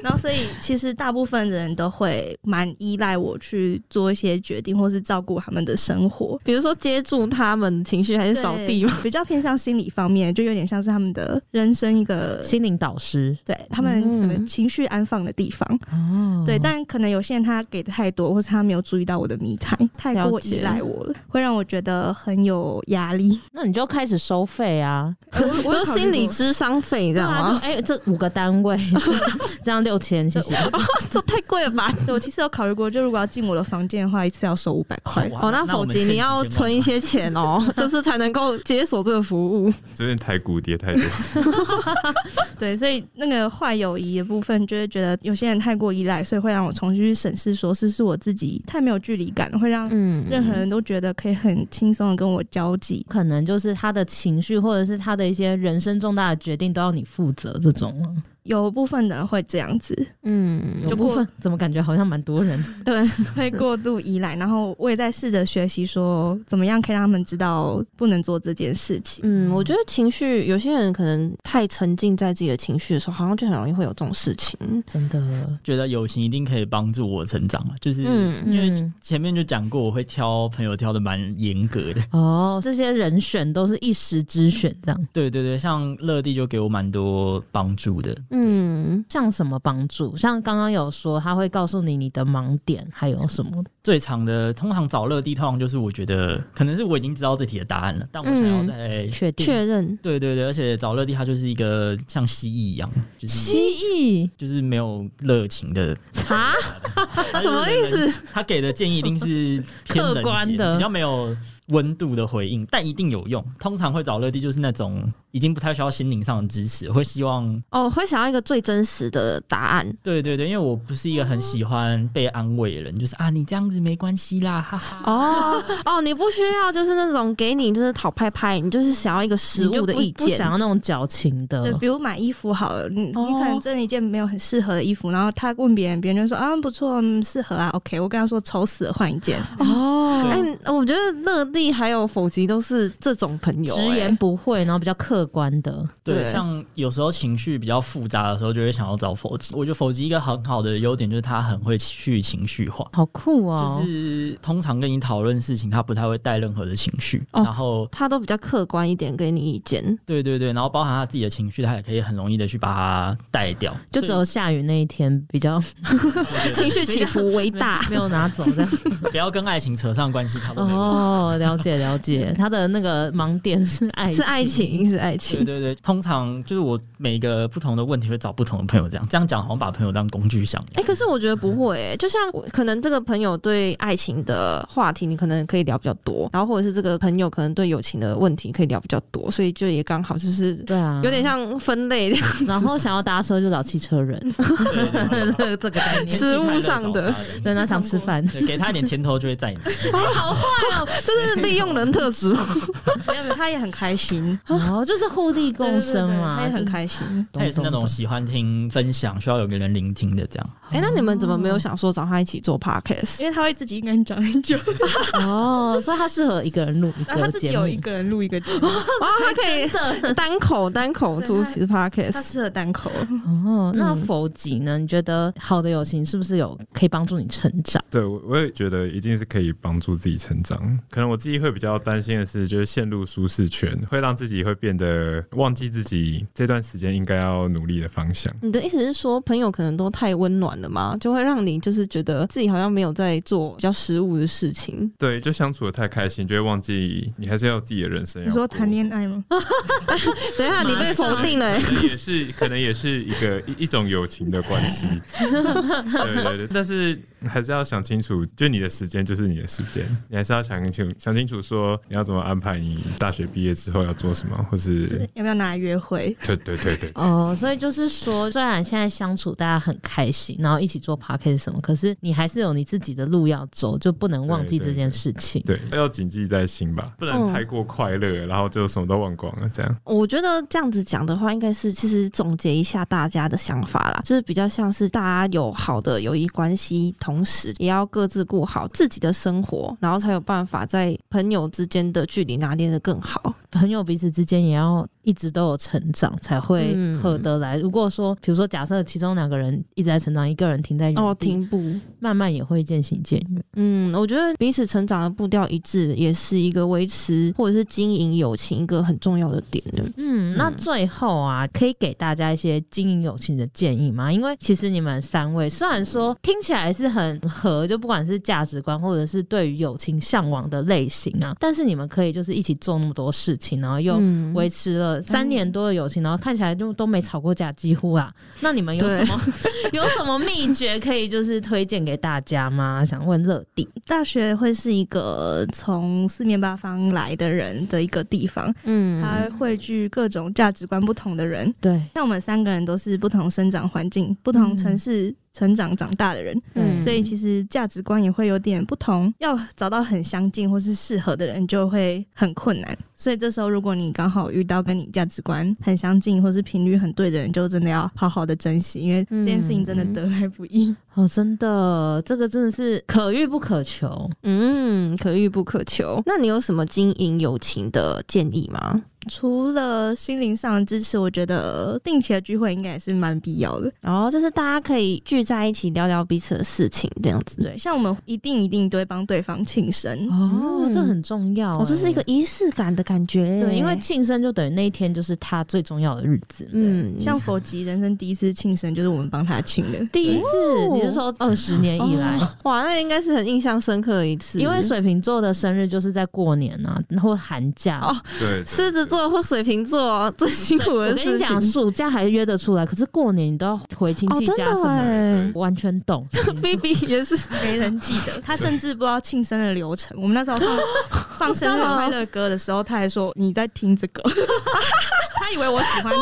Speaker 3: 然后，所以其实大部分人都会蛮依赖我去做一些决定，或是照顾他们的生活。
Speaker 2: 比如说接住他们情绪还是扫地嘛。
Speaker 3: 对 比较偏向心理方面，就有点像是他们的人生一个。
Speaker 1: 心灵导师
Speaker 3: 对他们什么
Speaker 2: 嗯
Speaker 3: 情绪安放的地方，
Speaker 1: 哦
Speaker 3: 对，但可能有些人他给的太多，或是他没有注意到我的迷态，太
Speaker 2: 了
Speaker 3: 过
Speaker 2: 解
Speaker 3: 依赖我了。会让我觉得很有压力。
Speaker 1: 那你就开始收费啊，
Speaker 2: 我 有
Speaker 3: 考虑
Speaker 2: 心理
Speaker 3: 过
Speaker 2: 智商费，你知
Speaker 1: 对
Speaker 2: 道
Speaker 1: 啊，就
Speaker 2: 吗？
Speaker 1: 哎、这五个单位这样六千，谢谢。
Speaker 2: 这太贵了吧！
Speaker 3: 对，我其实有考虑过，就如果要进我的房间的话，一次要收五百块。
Speaker 4: 哇
Speaker 2: 哦，那否
Speaker 4: 我们
Speaker 2: 则
Speaker 4: 欠
Speaker 2: 你要
Speaker 4: 4000
Speaker 2: 存一些钱哦， 就是才能够解锁这个服务。
Speaker 5: 这边台股跌太多，
Speaker 3: 对，所以那个坏友谊的部分，就会觉得有些人太过依赖，所以会让我重新去审视，说是不是我自己太没有距离感了，会让
Speaker 2: 嗯
Speaker 3: 任何人都觉得可以很轻松的跟我交际。
Speaker 1: 可能就是他的情绪，或者是他的一些人生重大的决定都要你负责，这种吗
Speaker 3: 有部分的人会这样子，
Speaker 2: 嗯，
Speaker 1: 有
Speaker 3: 就
Speaker 1: 部
Speaker 3: 过
Speaker 1: 分怎么感觉好像蛮多人
Speaker 3: 对， 会过度依赖。然后我也在试着学习，说怎么样可以让他们知道不能做这件事情。
Speaker 2: 嗯，我觉得情绪有些人可能太沉浸在自己的情绪的时候，好像就很容易会有这种事情。
Speaker 1: 真的，
Speaker 4: 觉得友情一定可以帮助我成长啊，就是
Speaker 2: 嗯
Speaker 4: 因为
Speaker 1: 嗯
Speaker 4: 前面就讲过，我会挑朋友挑的蛮严格的。
Speaker 1: 哦，这些人选都是一时之选，这样
Speaker 4: 对对对，像乐蒂就给我蛮多帮助的。
Speaker 2: 嗯，
Speaker 1: 像什么帮助？像刚刚有说他会告诉你你的盲点，还有什么？
Speaker 4: 最长的，通常找乐蒂，通常就是我觉得可能是我已经知道这题的答案了，但我想要
Speaker 2: 嗯
Speaker 4: 再、
Speaker 1: 确定
Speaker 2: 确认。
Speaker 4: 对对对，而且找乐蒂他就是一个像蜥蜴一样，就是
Speaker 1: 蜥蜴
Speaker 4: 就是没有热情的
Speaker 1: 啊？
Speaker 2: 什么意思？
Speaker 4: 他给的建议一定是偏冷
Speaker 1: 客
Speaker 4: 血
Speaker 1: 观的
Speaker 4: 比较没有温度的回应，但一定有用。通常会找乐蒂，就是那种已经不太需要心灵上的支持，会希望
Speaker 2: 哦，会想要一个最真实的答案。
Speaker 4: 对对对，因为我不是一个很喜欢被安慰的人，就是啊，你这样子没关系啦，哈哈。
Speaker 1: 啊
Speaker 2: 哦哦，你不需要就是那种给你就是讨拍拍，你就是想要一个实
Speaker 1: 你就
Speaker 2: 物的
Speaker 1: 不
Speaker 2: 意
Speaker 1: 不
Speaker 2: 见。
Speaker 1: 想要那种矫情
Speaker 3: 对
Speaker 1: 的，。
Speaker 3: 比如买衣服好了，你、
Speaker 2: 哦
Speaker 3: 你可能真的一件没有很适合的衣服，然后他问别人，别人就说啊不错，嗯适合啊，OK。我跟他说丑死了，换一 件。
Speaker 1: 哦
Speaker 4: 对
Speaker 2: 哎、我觉得乐蒂还有否极都是这种朋友、
Speaker 1: 直
Speaker 2: 哎
Speaker 1: 言不讳，然后比较客观的，
Speaker 4: 对，
Speaker 2: 对
Speaker 4: 像有时候情绪比较复杂的时候，就会想要找否极。我觉得否极一个很好的优点就是他很会去情绪化，
Speaker 1: 好酷哦！
Speaker 4: 就是通常跟你讨论事情，他不太会带任何的情绪，
Speaker 2: 哦
Speaker 4: 然后
Speaker 2: 他都比较客观一点给你意见。
Speaker 4: 对对对，然后包含他自己的情绪，他也可以很容易的去把它带掉，
Speaker 1: 就只有下雨那一天比较。
Speaker 2: 情绪起伏为大
Speaker 1: 没有拿走这样。
Speaker 4: 所以不要跟爱情扯上关系，他都没有。
Speaker 1: 哦，了解了解，他的那个盲点是啊爱
Speaker 2: 是爱情，是爱情
Speaker 4: 对。对对，通常就是我每个不同的问题会找不同的朋友，这样这样讲好像把朋友当工具箱一
Speaker 2: 哎、
Speaker 4: 样。
Speaker 2: 可是我觉得不会、哎，就像我可能这个朋友对爱情的话题，你可能可以聊比较多，然后或者是这个朋友可能对友情的问题可以聊比较多，所以就也刚好就是
Speaker 1: 对啊，
Speaker 2: 有点像分类
Speaker 1: 然后想要搭车就找汽车人，
Speaker 4: 对对对
Speaker 1: 这个概念。
Speaker 2: 哎食物上的，
Speaker 1: 对，他想吃饭，
Speaker 4: 对，给他一点甜头就会在你。
Speaker 2: 就是利用人特质。
Speaker 3: 没有，没有他也很开 心，
Speaker 1: 哦，就是互利
Speaker 3: 对对
Speaker 1: 共
Speaker 3: 对
Speaker 1: 生
Speaker 3: 对
Speaker 1: 嘛，
Speaker 3: 他也很开心。
Speaker 1: 懂。
Speaker 4: 他也是那
Speaker 1: 懂
Speaker 4: 种喜欢听分享，需要有个人聆听的这样。
Speaker 2: 哎、那你们怎么没有想说找他一起做 podcast？
Speaker 3: 因为他会自己一个人讲很久，
Speaker 1: 懂哦，所以他适合一个人录一
Speaker 3: 然后 他
Speaker 1: 个
Speaker 3: 自己
Speaker 1: 节
Speaker 3: 有一
Speaker 1: 目。
Speaker 3: 个人录一个节目，
Speaker 2: 哇，他可以
Speaker 1: 的
Speaker 2: 单口单口主持
Speaker 3: 他
Speaker 2: podcast。
Speaker 3: 适合单口。
Speaker 1: 哦，那
Speaker 2: 嗯
Speaker 1: 否极呢？你觉得好的友情是不是有可以帮助你成长？
Speaker 5: 对我我也觉得一定是可以帮助自己成长。可能我自己会比较担心的是，就是陷入舒适圈，会让自己会变得忘记自己这段时间应该要努力的方向。
Speaker 2: 你的意思是说，朋友可能都太温暖了吗？就会让你就是觉得自己好像没有在做比较实务的事情。
Speaker 5: 对，就相处的太开心，就会忘记你还是要有自己的人生要
Speaker 3: 你
Speaker 5: 过。
Speaker 3: 说谈恋爱吗？
Speaker 2: 等一下，你被否定了、哎
Speaker 5: 可能也是，可能也是一个 一一种友情的关 系。对对对，但是还是要想清楚，就你的时间就是你的时间，你还是要想清楚，想清楚说你要怎么安排你大学毕业之后要做什么，或是
Speaker 3: 要不要拿来约 会？
Speaker 5: 对对对对，
Speaker 1: 哦，所以就是说，虽然现在相处大家很开心，然后一起做 p a r k 什么，可是你还是有你自己的路要走，就不能忘记
Speaker 5: 对
Speaker 1: 这
Speaker 5: 对
Speaker 1: 件
Speaker 5: 对
Speaker 1: 事情。
Speaker 5: 对，要谨记在心吧，不
Speaker 2: 嗯
Speaker 5: 能太过快乐，然后就什么都忘光了。这样，
Speaker 2: 我觉得这样子讲的话，应该是其实总结一下大家的想法啦，就是比较像是大家有好的友谊关系，同时也要各自顾好自己的生活，然后才有办法在朋友之间的距离拿捏的更好。
Speaker 1: 朋友彼此之间也要一直都有成长，才会
Speaker 2: 嗯
Speaker 1: 合得来。如果说，比如说，假设其中两个人一直在成长，一个人停在原地，
Speaker 2: 哦，停步。
Speaker 1: 慢慢也会渐行渐远。
Speaker 2: 嗯，我觉得彼此成长的步调一致，也是一个维持或者是经营友情一个很重要的点呢。
Speaker 1: 嗯，那
Speaker 2: 嗯
Speaker 1: 最后啊，可以给大家一些经营友情的建议吗？因为其实你们三位虽然说听起来是很合，就不管是价值观或者是对于友情向往的类型啊，但是你们可以就是一起做那么多事情，然后又
Speaker 2: 嗯
Speaker 1: 维持了三年多的友情，然后看起来就都没吵过架，几 乎啊。那你们有什么 有什么秘诀可以就是推荐给大家吗？想问乐迪，
Speaker 3: 大学会是一个从四面八方来的人的一个地方，
Speaker 2: 嗯
Speaker 3: 它汇聚各种价值观不同的人。
Speaker 1: 对，
Speaker 3: 像我们三个人都是不同生长环境、不同城市成长长大的人，
Speaker 2: 嗯
Speaker 3: 所以其实价值观也会有点不同，要找到很相近或是适合的人就会很困难。所以这时候，如果你刚好遇到跟你价值观很相近或是频率很对的人，就真的要好好的珍惜，因为
Speaker 2: 嗯
Speaker 3: 这件事情真的得来不易。
Speaker 1: 哦，真的，这个真的是可遇不可求。
Speaker 2: 嗯，可遇不可求。那你有什么经营友情的建议吗？
Speaker 3: 除了心灵上的支持，我觉得定期的聚会应该也是蛮必要的。
Speaker 2: 然后就是大家可以聚在一起聊聊彼此的事情，这样子。
Speaker 3: 对，像我们一定一定都会帮对方庆生。
Speaker 1: 哦，
Speaker 2: 嗯
Speaker 1: 这很重要、欸
Speaker 2: 哦，这是一个。仪式感的感觉耶。
Speaker 1: 对，因为庆生就等于那一天就是他最重要的日子。
Speaker 2: 嗯，
Speaker 3: 像否极人生第一次庆生就是我们帮他庆的，
Speaker 1: 第一次，
Speaker 2: 哦
Speaker 1: 你是说二十年以来？
Speaker 2: 哇，那应该是很印象深刻的一次，
Speaker 1: 因为水瓶座的生日就是在过年啊，或寒假。
Speaker 2: 哦
Speaker 5: 对，
Speaker 2: 狮子座或水瓶座 最辛苦
Speaker 1: 我
Speaker 2: 的
Speaker 1: 跟你
Speaker 2: 事情。
Speaker 1: 讲，暑假还约得出来，可是过年你都要回亲
Speaker 2: 哦，
Speaker 1: 戚
Speaker 2: 真
Speaker 1: 家什
Speaker 2: 的
Speaker 1: 么的，
Speaker 2: 哎
Speaker 5: 对
Speaker 1: 完全 懂。
Speaker 2: 菲比也 是，
Speaker 3: 没人记得， 他甚至不知道庆生的流程。我们那时候放 放生日快乐歌的时候，他还说你在听这 个，他以为我喜欢 听。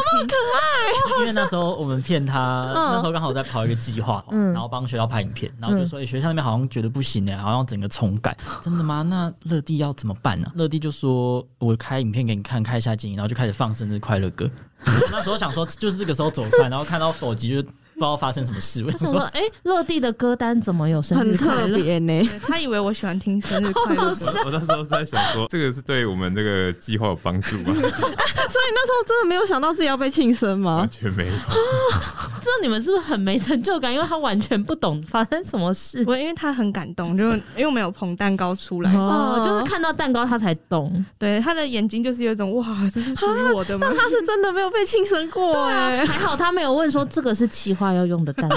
Speaker 4: 因为那时候我们骗他，
Speaker 2: 嗯
Speaker 4: 那时候刚好在跑一个计划，哦
Speaker 1: 嗯
Speaker 4: 然后帮学校拍影片，然后就说，哎、学校那边好像觉得不行哎、好像整个重改，真的吗？那乐蒂要怎么办呢、乐蒂就说，我开影片给你看，开一下静音，然后就开始放生日快乐歌。 我那时候想说，就是这个时候走出来，然后看到否极，就不知道发生什么事。我
Speaker 1: 他
Speaker 4: 想
Speaker 1: 想说，
Speaker 4: 说，
Speaker 1: 哎、乐蒂的歌单怎么有生
Speaker 2: 很
Speaker 1: 日快
Speaker 2: 特
Speaker 1: 乐？
Speaker 2: 别呢。
Speaker 3: 他以为我喜欢听生日快乐歌，
Speaker 5: 我我那时候是在想说，这个是对我们这个计划有帮助吗？
Speaker 2: 所以那时候真的没有想到自己要被庆生吗
Speaker 5: 完？全没有。
Speaker 1: 这你们是不是很没成就感？因为他完全不懂发生什么事。
Speaker 3: 我因为他很感动，就因为我们有捧蛋糕出来，
Speaker 1: 哦
Speaker 2: 哦，
Speaker 1: 就是看到蛋糕他才懂。
Speaker 3: 对他的眼睛就是有一种哇，这是属于我的 吗？
Speaker 2: 他是真的没有被庆生过哎、
Speaker 1: 还好他没有问说这个是企划要用的蛋 糕。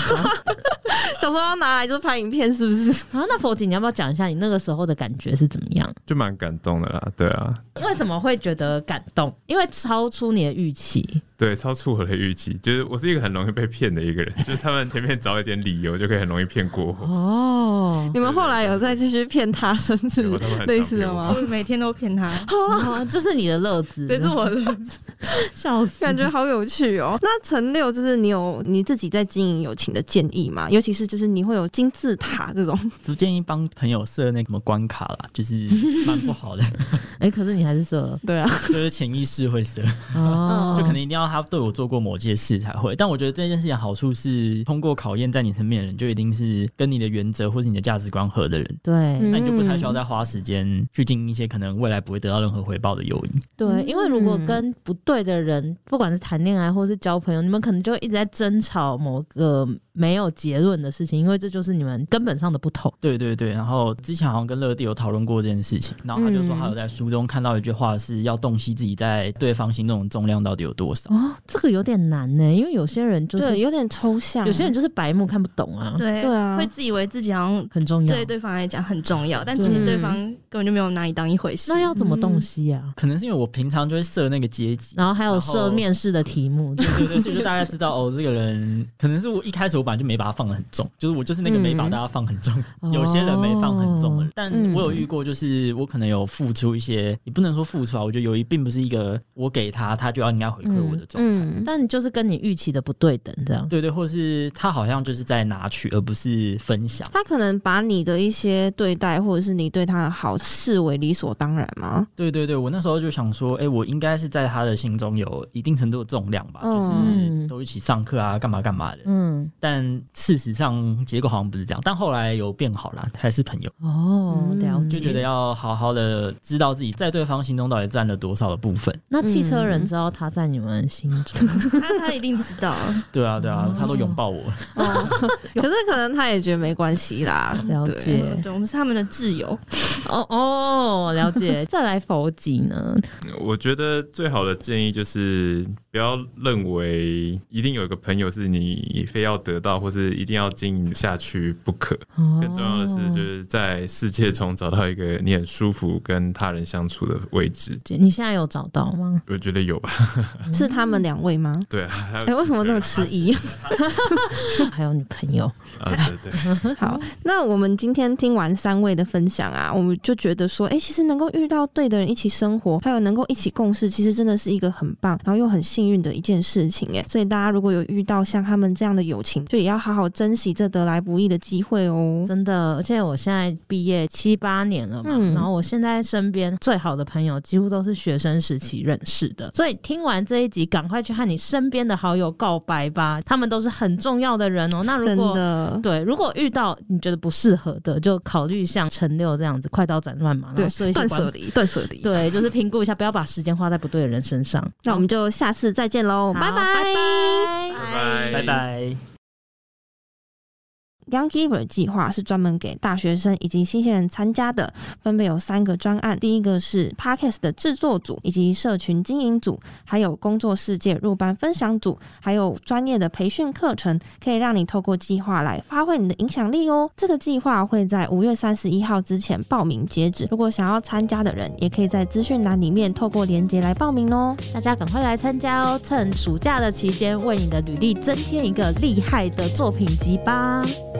Speaker 2: 想说要拿来就是拍影片，是不是？
Speaker 1: 然后那佛姐，你要不要讲一下你那个时候的感觉是怎么样？
Speaker 5: 就蛮感动的啦，对啊，
Speaker 1: 为什么会觉得感动？因为超出你的预期。
Speaker 5: 对，超出我的预期，就是我是一个很容易被骗的一个人，就是他们前面找一点理由就可以很容易骗过 我，
Speaker 1: 哦，
Speaker 2: 你们后来有再继续骗他生
Speaker 5: 对
Speaker 2: 日
Speaker 5: 我他们很常
Speaker 2: 类似的
Speaker 5: 骗我
Speaker 2: 吗
Speaker 3: 我？每天都骗他，
Speaker 1: 哦，就是你的乐 子，
Speaker 3: 这是我的。
Speaker 1: 笑死，
Speaker 2: 感觉好有趣 哦。那陈六就是你有你自己在经营友情的建议吗？尤其是就是你会有金字塔这种，
Speaker 4: 不建议帮朋友设那个什么关卡啦，就是蛮不好的，
Speaker 1: 哎、可是你还是说了
Speaker 2: 对啊，
Speaker 4: 就是潜意识会设。
Speaker 1: 哦，
Speaker 4: 就可能
Speaker 2: 嗯
Speaker 4: 一定要他对我做过某件事才会。但我觉得这件事情的好处是，通过考验在你身边的人，就一定是跟你的原则或是你的价值观合的人。
Speaker 1: 对、
Speaker 2: 嗯
Speaker 4: 那你就不太需要再花时间去经营一些可能未来不会得到任何回报的友谊。
Speaker 1: 对，因为如果跟不对的人，不管是谈恋爱或是交朋友，你们可能就一直在争吵某个没有结论的事情，因为这就是你们根本上的不同。
Speaker 4: 对对对。然后之前好像跟乐蒂有讨论过这件事情，然后他就说
Speaker 2: 嗯
Speaker 4: 他有在书中看到一句话是要洞悉自己在对方心中的重量到底有多少。
Speaker 1: 哦，这个有点难呢，因为有些人就是
Speaker 2: 对，有点抽象。啊
Speaker 1: 有些人就是白目看不懂啊，
Speaker 3: 对
Speaker 2: 对啊
Speaker 3: 会自以为自己好像
Speaker 1: 很重要。
Speaker 3: 对对方来讲很重要，但其
Speaker 1: 对
Speaker 3: 实对方根本就没有拿你当一回事
Speaker 1: 那。要怎么洞悉啊？
Speaker 4: 可能是因为我平常就会设那个阶级，
Speaker 1: 然后还有
Speaker 4: 然后
Speaker 1: 设面试的题目，
Speaker 2: 嗯
Speaker 1: 对
Speaker 4: 对对对，所以就大 概知道哦，这个人可能是我一开始我本来就没把他放得很重，就是我就是那个没把大家放很重，
Speaker 1: 嗯
Speaker 4: 有些人没放很重的人
Speaker 1: 哦，
Speaker 4: 但我有遇过，就是我可能有付出一些，也不能说付出啊，我觉得友谊并不是一个我给他，他就要应该回馈我的状态。
Speaker 2: 嗯，
Speaker 1: 但就是跟你预期的不对等这样。
Speaker 4: 对对，或是他好像就是在拿取，而不是分享。
Speaker 2: 他可能把你的一些对待或者是你对他的好视为理所当然吗？
Speaker 4: 对对对，我那时候就想说，哎、我应该是在他的心中有一定程度的重量吧，
Speaker 2: 嗯
Speaker 4: 就是都一起上课啊，干嘛干嘛的。
Speaker 1: 嗯，
Speaker 4: 但但事实上结果好像不是这样。但后来有变好了，还是朋友，
Speaker 1: 哦，了
Speaker 4: 就觉
Speaker 1: 解。
Speaker 4: 得要好好的知道自己在对方心中到底占了多少的部分。
Speaker 1: 那汽车人知道他在你们心中，
Speaker 3: 他他一定知道，
Speaker 4: 对啊，对啊，他都拥抱我。
Speaker 2: 哦 可是可能他也觉得没关系啦，
Speaker 1: 了
Speaker 2: 对
Speaker 1: 解
Speaker 3: 嗯对，我们是他们的挚友，
Speaker 1: 哦哦，了解。再来佛吉呢？
Speaker 5: 我觉得最好的建议就是不要认为一定有一个朋友是你非要得到，或是一定要经营下去不可。更
Speaker 2: 哦
Speaker 1: 更
Speaker 5: 重要的是，就是在世界中找到一个你很舒服跟他人相处的位置。
Speaker 1: 你现在有找到 吗？
Speaker 5: 我觉得有吧，
Speaker 2: 是他们两位吗？
Speaker 5: 对啊。还有
Speaker 2: 哎、为什么那么迟疑？
Speaker 1: 还有女朋友？
Speaker 5: 啊？对对，
Speaker 1: 嗯
Speaker 2: 好，那我们今天听完三位的分享啊，我们就觉得说，哎、其实能够遇到对的人一起生活，还有能够一起共事，其实真的是一个很棒，然后又很幸运的一件事情、哎，所以大家如果有遇到像他们这样的友情，就也要好好珍惜这得来不易的机会哦。
Speaker 1: 真的，而且我现在毕业七八年了嘛，
Speaker 2: 嗯
Speaker 1: 然后我现在身边最好的朋友几乎都是学生时期认识的，所以听完这一集，赶快去和你身边的好友告白吧，他们都是很重要的人哦。那如
Speaker 2: 真
Speaker 1: 果
Speaker 2: 的，
Speaker 1: 对，如果遇到你觉得不适合的，就考虑像陈六这样子，快刀斩乱麻，然后设
Speaker 2: 对，
Speaker 1: 一
Speaker 2: 断
Speaker 1: 些管
Speaker 2: 舍离，断舍离。
Speaker 1: 对，就是评估一下，不要把时间花在不对的人身上。
Speaker 2: 那我们就下次再见喽，哦
Speaker 1: 好
Speaker 2: 拜
Speaker 1: 拜
Speaker 2: 拜。
Speaker 5: 拜
Speaker 4: 拜拜。
Speaker 2: Young Giver 计划是专门给大学生以及新鲜人参加的，分别有三个专案。第一个是 Podcast 的制作组以及社群经营组，还有工作世界入班分享组，还有专业的培训课程，可以让你透过计划来发挥你的影响力哦。这个计划会在五月三十一号之前报名截止，如果想要参加的人，也可以在资讯栏里面透过连接来报名哦。
Speaker 1: 大家赶快来参加哦！趁暑假的期间，为你的履历增添一个厉害的作品集吧。